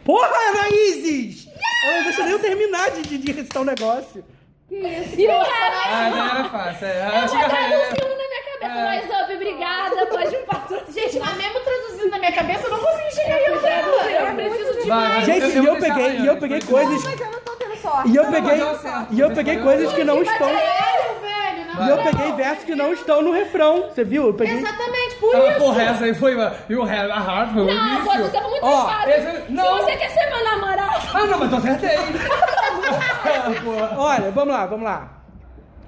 Porra, Anaíses! Ela não deixa nem eu terminar de, de, de recitar o negócio.
E o Harry,
Ah, já era fácil. é.
eu
Ah,
já
chega
traduzindo
aí.
na minha cabeça. Nós up, obrigada, pode passar. Gente, mas mesmo traduzindo na minha cabeça, eu não consigo chegar em Umbrella. Eu preciso de
Vai, vai.
Gente, e
vou
eu
deixar
peguei-
amanhã,
e eu peguei
depois
coisas-
Mas eu não tô tendo sorte. tá
E eu
Não,
peguei,
mas deu certo.
e eu peguei coisas que não estão.
Caralho, velho, na
E eu
moral.
peguei versos que não estão no refrão. Você viu? Eu peguei.
Exatamente, por
Ah,
isso.
porra, essa aí foi. You have a heart, foi o
Não, pode
início.
ser muito
Ó,
mais fácil.
esse- não.
Se você quer ser meu namorado,
Ah, não, mas eu acertei. Ah, porra.
Olha, vamos lá, vamos lá.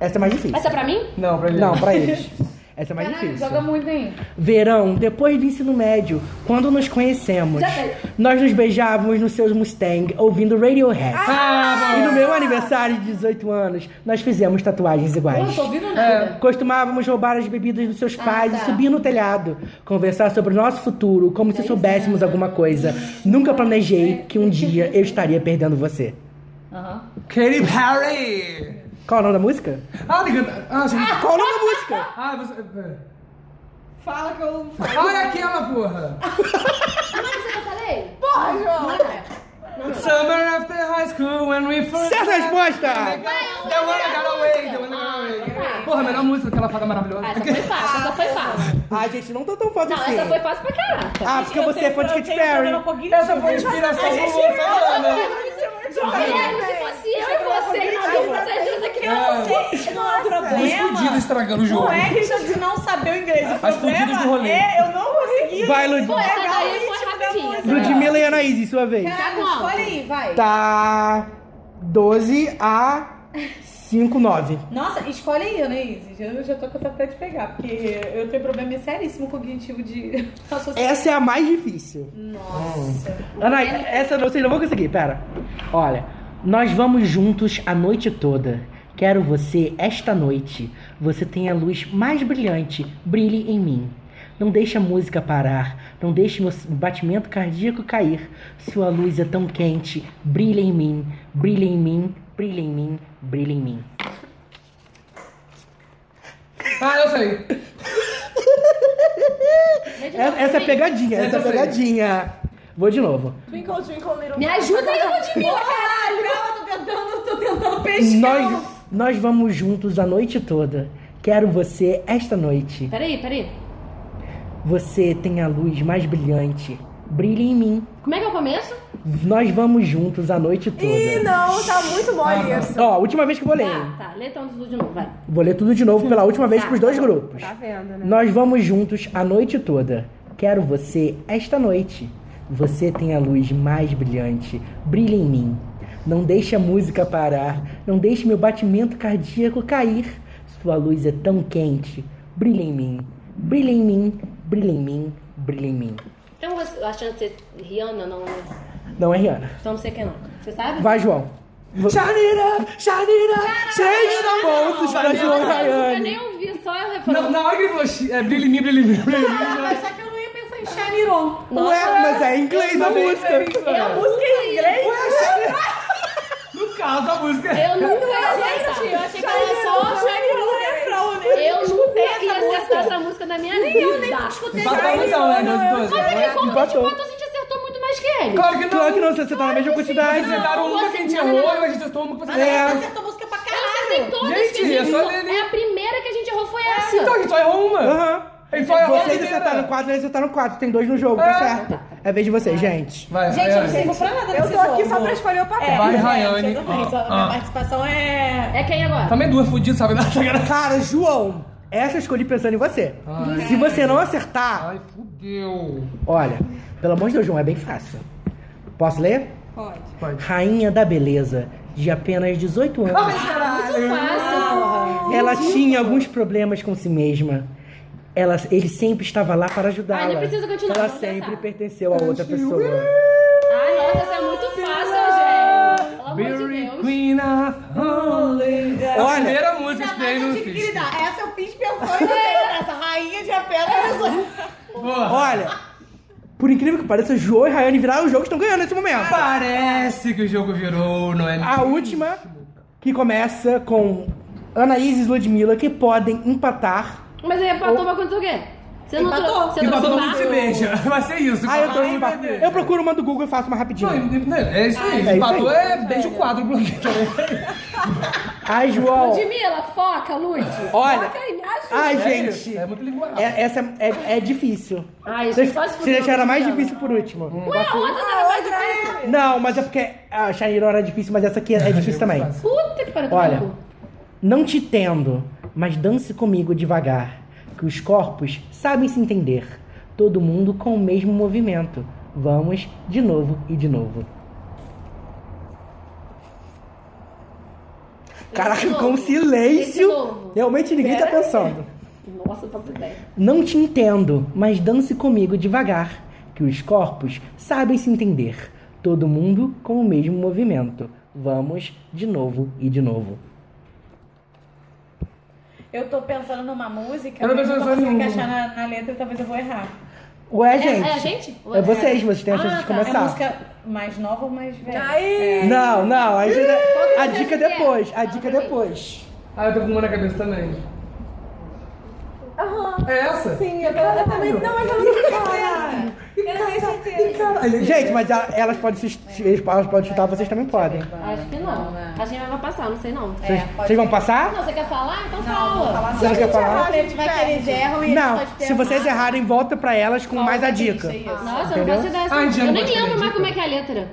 Essa é mais difícil.
essa é pra mim?
Não, pra ele.
Não, pra eles. Essa é mais
Caralho,
difícil.
joga muito aí.
Verão, depois do ensino médio, quando nos conhecemos,
Já sei.
nós nos beijávamos nos seus Mustang, ouvindo Radiohead.
Ah,
E no meu aniversário de 18 anos, nós fizemos tatuagens
Eu
iguais. É,
não tô ouvindo nada.
Costumávamos roubar as bebidas dos seus pais
tá.
e subir no telhado, conversar sobre o nosso futuro como se soubéssemos alguma coisa. Nunca planejei que um dia eu estaria perdendo você.
Aham.
bom. Katy Perry.
Qual é o nome da música?
Ah, tem que. Ah, você.
Qual é o nome da música?
Ah, você.
Fala que eu.
Olha aquela porra!
Não é isso que eu falei?
Porra, João!
Summer after high school when we first.
Certa resposta!
The one I got away, the one I got away. Porra, a melhor música, aquela fada maravilhosa.
Ah, essa foi fácil, essa foi fácil.
Ah, gente, não tô tão fácil
Não,
assim.
essa foi fácil pra caraca.
Ah, porque você é fã de Katy Perry.
um
Essa foi a inspiração do né? Luciana.
é tá
Guilherme, se fosse eu e você, na dúvida, certeza que eu
Os
sei.
fudidos estragando o jogo.
Não é questão de não saber o inglês. O
As fudidas do
problema
rolê.
é eu não consegui.
Vai, Lud-
Pô, essa
pegar o
daí foi
ritmo da
rapidinha.
música.
Ludmilla e Anaís, sua vez.
Tá
Caralho,
com alto.
escolhe aí, vai.
Tá 12 a 5, 9.
Nossa, escolhe aí, Anaíses. Eu já tô com essa pé de pegar, porque eu tenho um problema seríssimo cognitivo de associação.
Essa é a mais difícil.
Nossa.
Anaís, essa não- vocês não vão conseguir, pera. Olha, nós vamos juntos a noite toda. Quero você esta noite. Você tem a luz mais brilhante. Brilhe em mim. Não deixe a música parar. Não deixe meu batimento cardíaco cair. Sua luz é tão quente. Brilha em mim. Brilha em mim. Brilha em mim. Brilha em mim.
Ah, eu sei.
É- Essa é pegadinha, essa é
Essa eu sei.
pegadinha. Vou de novo.
Twinkle, twinkle, little
Me ajuda aí, Ludmilla, caralho.
Calma, tô tentando, tô tentando pescar.
Nós, nós vamos juntos a noite toda. Quero você esta noite.
Peraí, peraí.
Você tem a luz mais brilhante. Brilhe em mim.
Como é que eu começo?
Nós vamos juntos a noite
Ih,
toda.
não, tá muito mole
Ah.
isso.
Ó, última vez que eu vou ler.
Tá, tá. Lê então tudo de novo, vai.
Vou ler tudo de novo pela última vez
Tá.
pros dois grupos.
Tá vendo, né?
Nós vamos juntos a noite toda. Quero você esta noite. Você tem a luz mais brilhante. Brilha em mim. Não deixe a música parar. Não deixe meu batimento cardíaco cair. Sua luz é tão quente. Brilha em mim. Brilha em mim. Brilha em mim. Brilha em mim.
Então, você, achando que você... Rihanna, não... né?
Não é Rihanna.
Então, não sei quem não. Você sabe?
Vai, João. Xanira, Xanira, seis pontos pra João
Ah, Eu nunca
Rayane.
nem ouvi, só eu
Na,
refrão.
na hora que ele falou, "Xi- é brilho em mim, brilho em mim, brilho em mim.
Mas só É que eu não ia pensar em Chaniron.
Ué, mas é em inglês a música.
é.
Eu música em inglês?
No caso, a música é.
Eu nunca ia
Eu
acertar.
achei que era só Chaniron no refrão, né?
Eu nunca ia
essa
acertar essa música na minha vida. escutei
Empatou então, né? Nós
Mas é que
dois.
como
Empatou.
a gente empatou, a gente acertou muito mais que ele.
Claro que não.
Claro que não, você tá na mesma quantidade.
Vocês acertaram uma que a gente
Não, não, não.
errou e a gente acertou uma que você
É.
errou.
Acertou música pra
Eu
caralho.
acertei todas que a
Gente, é
gente
só
errou.
ler.
É a primeira que a gente errou foi essa.
Então, a gente só errou uma.
Aham.
A gente só errou a
Vocês
né?
primeira.
acertaram quatro, eles acertaram quatro. Tem dois no jogo, tá certo. É vez de vocês, gente.
Vai,
Gente,
É,
eu não
Rayane.
sirvo pra nada
Eu
nesse
tô aqui
jogo.
É,
só pra escolher o papel.
Vai,
gente,
Rayane.
eu também, só-
Ah,
Minha
ah.
participação é...
É quem agora?
Também duas fudidas, sabe? Nossa, cara.
Cara, João, essa eu escolhi pensando em você. Se você não acertar,
Ai, fudeu.
olha, pelo amor de Deus, João, é bem fácil. Posso ler?
Pode.
Pode.
Rainha da Beleza, de apenas 18 anos.
Ai, caralho.
Fácil.
Ela tinha alguns problemas com si mesma. ela, ele sempre estava lá para ajudá-la.
Ai, não precisa continuar,
Ela
vamos dançar.
sempre pertenceu a outra pessoa.
Ai, nossa, essa é muito fácil, gente. Pelo amor de
Beauty
Deus.
Queen of Holy. É a
Olha. é
primeira música que tem no
eu tive que
Fisk.
lidar. Essa eu fiz pensando nessa rainha de apela.
Porra.
Olha, por incrível que pareça, Jô e Rayane viraram o jogo e estão ganhando nesse momento.
Parece que o jogo virou, não é?
A última, que começa com Anaís e Ludmilla, que podem empatar.
Mas aí empatou, vai acontecer o quê? Você não
Empatou.
trouxe. Você
E pra
trouxe
todo
o
mundo Oh. se
barco?
beija. Vai ser isso.
Ah, eu tô
Ai,
empatar.
meu Deus.
Eu procuro uma do Google e faço uma
Não,
rapidinho.
é isso aí.
isso aí.
Empatou é beijo quádruplo aqui também.
Ai, João.
Ludmilla, foca, Lud.
Olha.
Foca aí, me ajuda.
Ai,
É
gente.
isso, É muito linguagem.
É- essa é, é difícil.
Ai,
Vocês
gente, só se tá
vocês deixaram a mais
Ludmilla.
difícil Ah, por último.
Ué, a outra tava mais difícil.
Não, mas é porque a Shairon era difícil, mas essa aqui é, é difícil também.
Puta que pariu.
Olha.
tomar no cu.
Não te tendo, mas dance comigo devagar, que os corpos sabem se entender. Todo mundo com o mesmo movimento. Vamos de novo e de novo. Caraca,
Esse
com
novo. Esse
silêncio!
novo.
Realmente ninguém tá pensando.
Nossa, eu faço ideia.
Não te entendo, mas dance comigo devagar, que os corpos sabem se entender. Todo mundo com o mesmo movimento. Vamos de novo e de novo.
Eu tô pensando numa música,
Eu não
mas eu
tô
não
pensando
consigo
em
encaixar na, na letra, talvez eu vou errar.
Ué,
É,
gente.
é a gente?
É vocês, vocês têm a
Ah,
chance de
tá.
É a
começar.
música mais nova ou mais velha?
Aí!
Não, não, a, gente, a
vocês
dica
acham que é?
depois, a
Fala
dica
pra mim.
depois.
Ah, eu tô com uma na cabeça também.
Aham.
É essa?
Sim, eu, eu também. Não, mas eu não tenho certeza. Eu não tenho certeza.
Gente, mas a- elas podem, se, se- eles- elas podem chutar, vocês também podem.
Acho que não. A gente vai passar, não sei não.
Vocês, vocês vão passar?
Não, você quer falar? Então
Vou
fala.
falar
Você É. não
só.
quer falar? assim.
A gente vai que eles erram e
Não,
eles só
se vocês
erram.
errarem, volta pra elas com mais a dica.
Nossa, eu não faço ideia.
Ai,
eu
Diana,
nem
pode pegar
lembro
a
mais
dica.
como é que é a letra.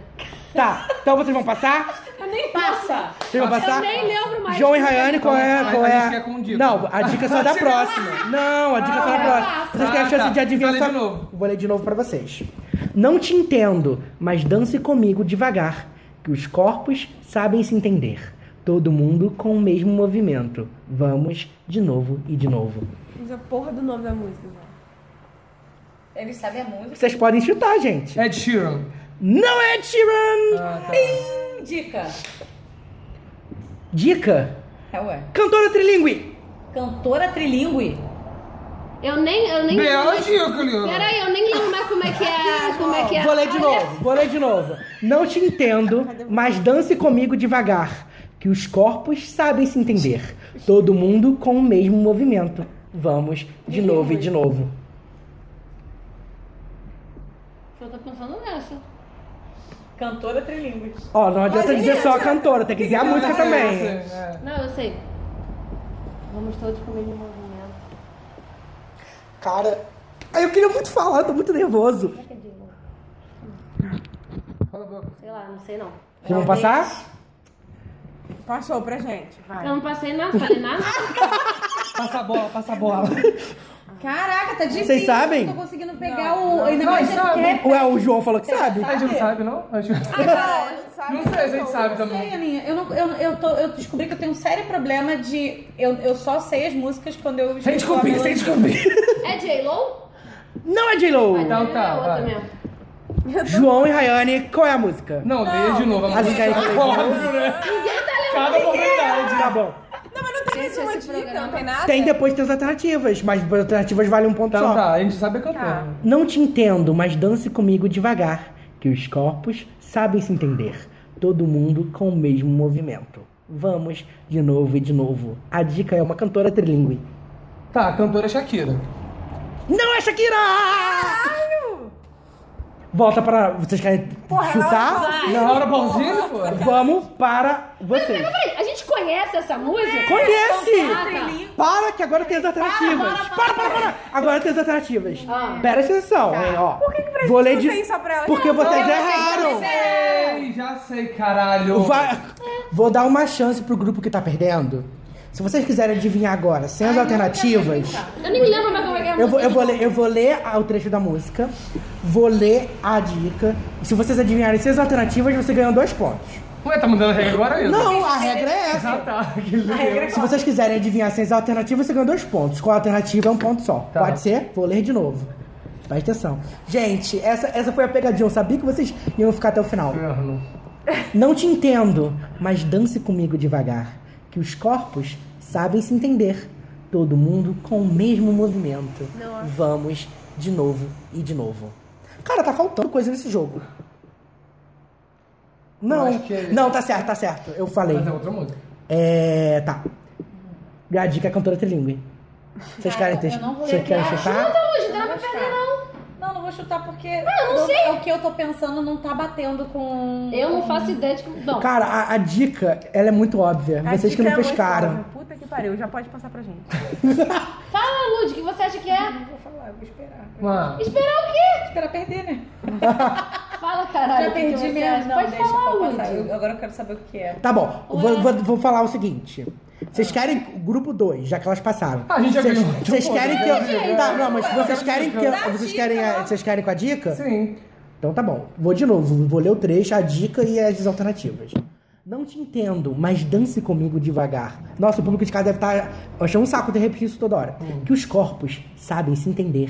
Tá, então vocês vão passar?
Eu nem Passa.
Vocês vão
Eu
passar?
nem lembro mais.
João e Raiane, qual é?
Ah, Mas
Qual
a
é?
gente quer com dica.
Não, a dica só é da
Chega lá.
próxima. Não, a dica só é da
vai lá.
próxima. Vocês têm a
Ah,
chance
tá.
de adivinhar
Vou ler
só-
de novo.
Vou ler de novo pra vocês. Não te entendo, mas dance comigo devagar, que os corpos sabem se entender. Todo mundo com o mesmo movimento. Vamos de novo e de novo.
Diz a porra do nome da música. velho.
Eles sabem a música.
Vocês podem chutar, gente.
Ed É Sheeran.
Não é Sheeran!
Ah, tá.
Dica.
Dica:
É ué.
cantora trilingue.
Cantora trilingue.
Eu nem, eu nem
Bela
lembro.
dica, Leona.
Peraí, eu nem lembro mais como é que é. Como é que é.
Vou ler de
Ah,
novo, vou ler de novo. Não te entendo, mas dance comigo devagar, que os corpos sabem se entender. Todo mundo com o mesmo movimento. Vamos de novo e de novo.
Eu tô pensando nessa.
Cantora trilingue.
Ó, não adianta dizer só a cantora, tem que dizer a música
É,
também.
é.
Não, eu sei. Vamos todos com o mesmo movimento.
Cara, ai, eu queria muito falar, eu tô muito nervoso.
Como é que é dica?
Fala, fala.
Sei lá, não sei não.
Vocês vão passar?
Passou pra gente. Vai.
Eu não passei nada, falei nada.
Passa a bola, passa a bola.
Caraca, tá difícil.
Vocês sabem?
Não tô conseguindo pegar o. Ainda
Não,
mais
sabe.
É.
que
Ué, é o João falou que sabe.
A gente não sabe, não? Acho que-
Ah, não, sabe,
Não sei, a gente sabe
Eu sei,
também.
Aninha. Eu, não, eu, eu, tô, eu descobri que eu tenho um sério problema de. Eu, eu só sei as músicas quando eu.
Sem
escuto a
descobrir, sem
melodia.
descobrir.
É J-Lo?
Não é J-Lo.
Vai,
Então
é
tá,
outra
vai.
mesmo.
João e Rayane, qual é a música?
Não, leia de novo a
A gente
música.
quer ler de novo.
Óbvio, né?
Ninguém tá
Cada oportunidade.
Tá bom.
Gente,
Uma
esse
dica, não
programa né?
tem nada?
Tem depois tem as alternativas, mas as alternativas valem um ponto
Então
só.
tá, a gente sabe a cantora.
Não te entendo, mas dance comigo devagar, que os corpos sabem se entender. Todo mundo com o mesmo movimento. Vamos de novo e de novo. A dica é uma cantora trilingue.
Tá, a cantora é Shakira.
Não é Shakira! Volta para. Vocês querem chutar?
Laura Pausini, pô.
Vamos para vocês.
Peraí, a gente conhece essa música?
Conhece! Para que agora tem as alternativas. Para, para, para! Agora tem as alternativas.
Ah.
Pera atenção, hein, ó. Por que, que
pra
Vou
gente
ler
não
de...
tem só pra ela?
Porque
Não,
vocês
eu sei,
erraram.
Ei, já sei, caralho.
Vai- Vou dar uma chance pro grupo que tá perdendo. Se vocês quiserem adivinhar agora, sem as alternativas,
Eu nem me lembro mais como é que é a
eu vou,
música.
eu, vou ler, eu vou ler a- o trecho da música, vou ler a dica. E se vocês adivinharem sem as alternativas, você ganhou dois pontos.
Ué, tá mudando a regra agora isso?
Não, a regra é essa.
Ah, tá. Que legal.
Se vocês quiserem adivinhar sem usar alternativa, você ganha dois pontos. Com a alternativa é um ponto só.
Tá.
Pode ser? Vou ler de novo. Presta atenção. Gente, essa, essa foi a pegadinha. Eu sabia que vocês iam ficar até o final.
Inferno.
Não te entendo, mas dance comigo devagar, que os corpos sabem se entender. Todo mundo com o mesmo movimento. Vamos de novo e de novo. Cara, tá faltando coisa nesse jogo. Não,
acho que é-
não, tá certo, tá certo. Eu falei.
Mas é outra música.
É. Tá. E A dica é cantora trilingue. Vocês querem ter.
eu não vou
Vocês
ler.
querem chutar?
Hoje Tá, não dá pra perder, não. Ah,
Não, não vou chutar porque. eu não sei. O que eu tô pensando não tá batendo com.
Eu não faço ideia de que. Bom,
Cara, a, a dica, ela é muito óbvia.
A
Vocês que
dica
não
é muito
pescaram.
óbvia. Puta que pariu, já pode passar pra gente.
fala, Lud, o que você acha que é?
Vou falar, eu vou esperar.
Uma...
Esperar o quê?
Esperar perder, né?
Fala, caralho.
Já
o que que
perdi
você
minha.
acha?
Não,
Pode
deixa
falar,
pra passar.
Lud.
Eu- agora eu quero saber o que é.
Tá bom, vou, vou- vou falar o seguinte. Vocês querem o grupo 2, já que elas passaram.
Ah, a gente já
vocês,
ganhou.
vocês
Pô,
querem
já
que eu.
ganhou.
Tá, não, mas vocês
Dá
querem que eu.
dica.
Vocês querem, a- vocês querem com a dica?
Sim.
Então tá bom. Vou de novo, vou ler o trecho, a dica e as alternativas. Não te entendo, mas dance comigo devagar. Nossa, o público de casa deve estar achando um saco de repetir isso toda hora. Que os corpos sabem se entender.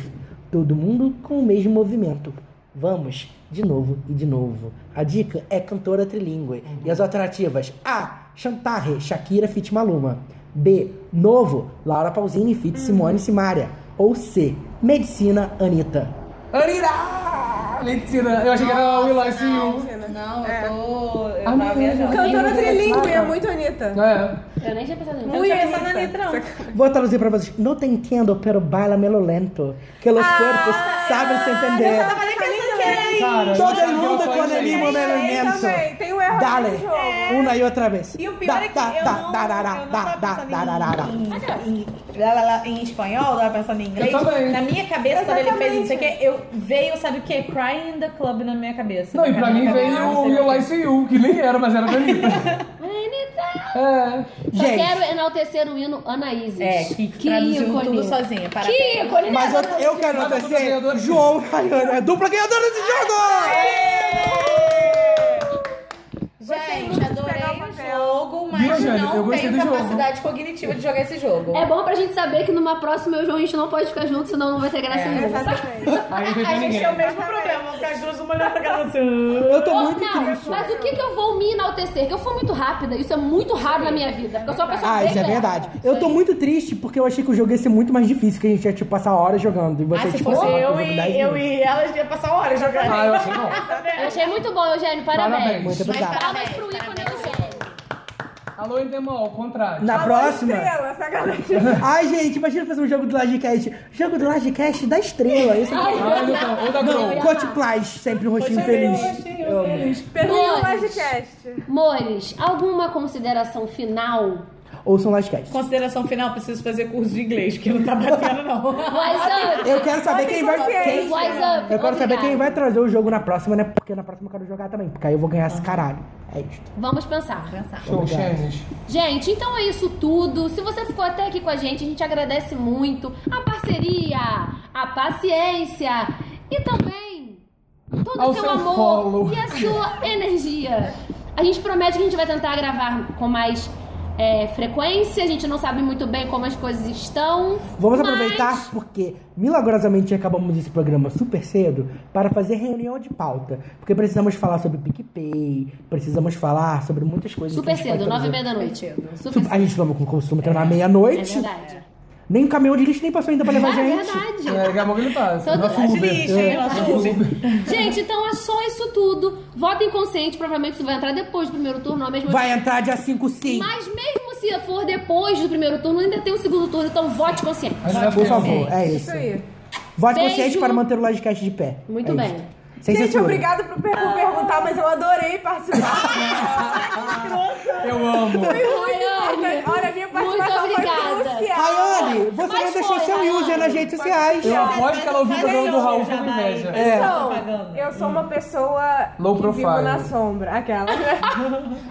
Todo mundo com o mesmo movimento. Vamos, de novo e de novo. A dica é cantora trilingüe. E as alternativas? A. Chantarre, Shakira Fit Maluma. B. Novo, Laura Pausini Fit Simone Simaria. Ou C. Medicina, Anitta.
Anira! Letina. Eu achei que era Will I See You.
Não,
É.
eu tô. Eu
Ah,
tava
não,
viajando.
Cantora trilingue, é
Ah,
muito Anitta.
É.
Eu nem tinha pensado nisso.
Eu não tinha pensado na letra, um. não.
Vou traduzir pra vocês. Não te entendo, pero baila melo lento. Que los
Ah,
corpos sabem se entender.
Cara, eu
Todo
achei que era
mundo
só
é
com
isso aí.
animo
né,
melo
Tem
lento.
também, tem o erro
Dale.
no jogo.
É. Uma e outra vez.
E o pior
Dá,
é que
dá,
eu
dá,
não,
dá, dá,
eu não
dá,
tava
dá,
pensando
dá, dá, dá, dá.
em, em, lá, lá, lá, em espanhol, eu tava pensando em inglês.
Eu também.
Na minha cabeça, quando ele fez isso
Exatamente.
aqui, eu veio, sabe o quê? Crying in the Club na minha cabeça.
Não, e pra
Na minha
mim
cabeça,
veio
não
o
sei
Will
porquê.
I See You, que nem era, mas era da Anitta. É.
Só
Gente.
quero enaltecer o hino Anaíses.
É, que, traduziu tudo sozinha. Parabéns.
Que ícone, né?
Mas eu, eu quero
Mas eu tô
acontecer.
ganhadora.
João Rayane é a dupla ganhadora desse
Ah, é.
jogo!
Gente,
pegar o
adorei o
papel.
jogo,
Viu,
mas
Jane? Eu
não
gostei
tenho
do jogo.
capacidade cognitiva de jogar esse jogo.
É bom pra gente saber que numa próxima eu e o João a gente não pode ficar junto, senão não vai ter graça nenhuma.
Exatamente.
Aí não veio ninguém.
mesmo problema, vamos ficar as duas uma olhando pra cara assim.
Eu tô
Pô,
É muito
não,
triste.
Mas o que, que eu vou me enaltecer? Que eu fui muito rápida, isso é muito raro na minha vida. Porque eu sou uma pessoa
Ah,
bem
isso é
lenta.
verdade. Eu tô muito triste porque eu achei que o jogo ia ser muito mais difícil, que a gente ia, tipo, passar horas jogando. E você,
Ah, se
tipo,
fosse
ah,
eu
jogo dez
e, eu
minutos.
e ela, ia passar horas jogando.
Ah, eu achei bom.
Eu achei muito bom, Eugênio, parabéns.
Parabéns.
Muito
Mas
obrigado.
palmas pro ícone Eugênio.
Alô, Endemol, ao contrário.
Na próxima...
Estrela, sacanagem.
Ai, gente, imagina fazer um jogo do Lagecast. Jogo do Lagecast da estrela. Isso é
Ah, então, ou da
Não,
Grow.
Cote Plaz, sempre um rostinho feliz. Eu amo.
Termina o
Dois.
podcast.
Mores, alguma consideração final?
Ouçam Lagecast.
Consideração final, preciso fazer curso de inglês, porque não tá batendo, não.
Wise up!
Eu quero saber quem vai.
consciência.
quem-
Wise up!
Eu quero saber
Obrigada.
quem vai trazer o jogo na próxima, né? Porque na próxima eu quero jogar também. Porque aí eu vou ganhar
Ah.
esse caralho. É isso.
Vamos pensar.
Show, Xenis.
Gente, então é isso tudo. Se você ficou até aqui com a gente, a gente agradece muito a parceria, a paciência e também todo
Ao
o seu,
seu
amor
follow.
e a sua energia. A gente promete que a gente vai tentar gravar com mais é, frequência. A gente não sabe muito bem como as coisas estão.
Vamos
mas-
aproveitar porque milagrosamente acabamos esse programa super cedo para fazer reunião de pauta. Porque precisamos falar sobre PicPay, precisamos falar sobre muitas coisas.
Super cedo, nove e
h
meia da noite. Super cedo.
A gente toma com consumo, terminar meia-noite.
É verdade.
Nem o caminhão de lixo nem passou ainda pra levar
É
gente.
verdade.
É, daqui a pouco ele passa.
Todo
Nosso
mundo.
Uber.
Lixo, hein, nosso
Nosso
Uber.
Uber.
Gente, então é só isso tudo. Voto inconsciente, provavelmente isso vai entrar depois do primeiro turno, ou mesmo
Vai entrar dia 5 sim.
Mas mesmo se for depois do primeiro turno, ainda tem o segundo turno, então vote consciente.
A gente vai
Por
pro-
favor, é isso.
Isso aí.
Vote
Beijo.
consciente para manter o Lodcast de pé.
Muito
É isso.
bem.
Sem
Gente,
censura.
obrigado por, per- por perguntar, mas eu adorei participar.
assim. Eu amo.
Foi muito
Ai, Anne,
importante. Olha, a minha
muito
participação foi
obrigada.
crucial.
Rayane, você
Mas
não deixou
foi,
seu
Rayane.
user nas redes sociais.
Eu aposto que ela ouviu o
tá
programa do Raul com inveja.
É.
Tá
Então, eu sou uma pessoa
Low
que
profile.
vivo na sombra. Aquela.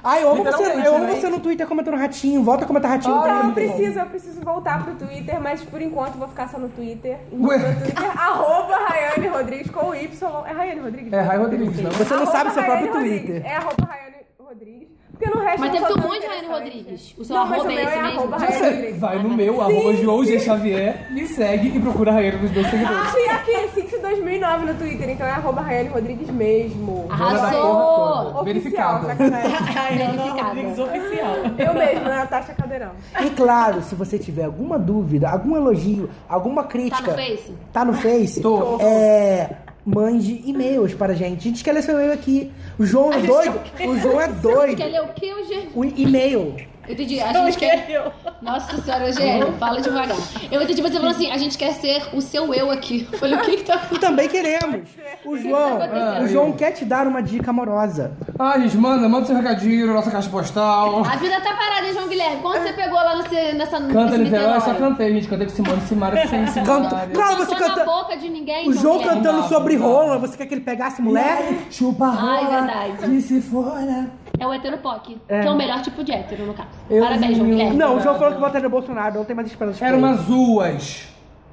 Ai, eu amo você,
Literalmente,
eu amo
né?
você no Twitter comentando ratinho. Volta a comentar ratinho. também,
Então eu
muito bom.
preciso, eu preciso voltar pro Twitter, mas por enquanto vou ficar só no Twitter. Então,
Ué.
Meu Twitter, arroba Rayane Rodrigues com Y. É Raiane Rodrigues.
É, Rai Rodrigues, não?
Você não
Arroba
sabe seu
Raiane
próprio
Rodrigues.
Twitter.
É arroba Raiane Rodrigues. porque no resto
Mas
não
teve
sou
um
tão
monte de Raiane
interessante.
Rodrigues. O seu
Não, mas
arroba
o
é
meu
esse
é
mesmo?
arroba
Já sei. Vai no meu, arroba João G. Xavier, me segue e procura a Rainha dos meus seguidores.
Ah, sim, aqui, Cintia 2009 no Twitter, então é arroba Raiane Rodrigues mesmo.
Dona da
Arrasou!
porra toda.
Oficial,
Verificada.
sacanagem.
Tá, então,
Raiana
Verificada.
Rodrigues oficial.
Eu mesma, Natasha Cadeirão.
E claro, se você tiver alguma dúvida, algum elogio, alguma
Tá
crítica,
no Face?
tá no Face,
Tô.
é, mande e-mails para a gente. A gente quer ler seu e-mail aqui. O João é doido. O João é doido.
Quer ler o que, Eugênio?
O e-mail.
Eu entendi. A gente quer...
é
Nossa senhora, Eugênio, fala devagar. Eu entendi você falando assim, a gente quer ser o seu eu aqui. Eu falei, o que que tá
E também queremos. O João,
acontecendo?
o João quer te dar uma dica amorosa.
Ah, gente, manda, manda seu recadinho na nossa caixa postal.
A vida tá parada, hein, João Guilherme? Quando você pegou lá nesse,
Canta
nessa
Niterói,
nesse Niterói?
eu só cantei, gente. Cantei com Simone, Simara, sem Simara.
Canta.
Não
Claro, você
tocou na
canta.
boca de ninguém,
O João
Guilherme.
cantando
Não,
sobre
não.
rola. Você quer que ele pegasse mulher?
Né? Chupa rola,
Ai, verdade.
que se né? fora.
É o heteropoc, que é o melhor tipo de hétero, no caso.
Eu
Parabéns, João É.
vi um-
Guilherme.
Não, o João falou que votaria no Bolsonaro. Não tem mais esperança. pra
Era
ele.
umas ruas.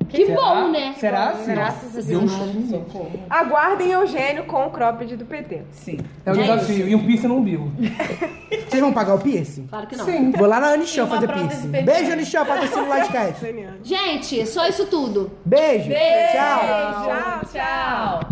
Que bom, né?
Será assim?
Graças a
Deus
Deus.
me livre.
Socorro.
Aguardem Eugênio com o cropped do PT.
Sim.
É o desafio. E um piercing no umbigo.
Vocês vão pagar o piercing?
Claro que não.
Vou lá na Anichão
Uma
fazer
prótese
piercing.
pediana.
Beijo, Anichão. Patrocina o Livecast.
Genial.
Gente, só isso tudo.
Beijo. Tchau.
Tchau, tchau.
Tchau.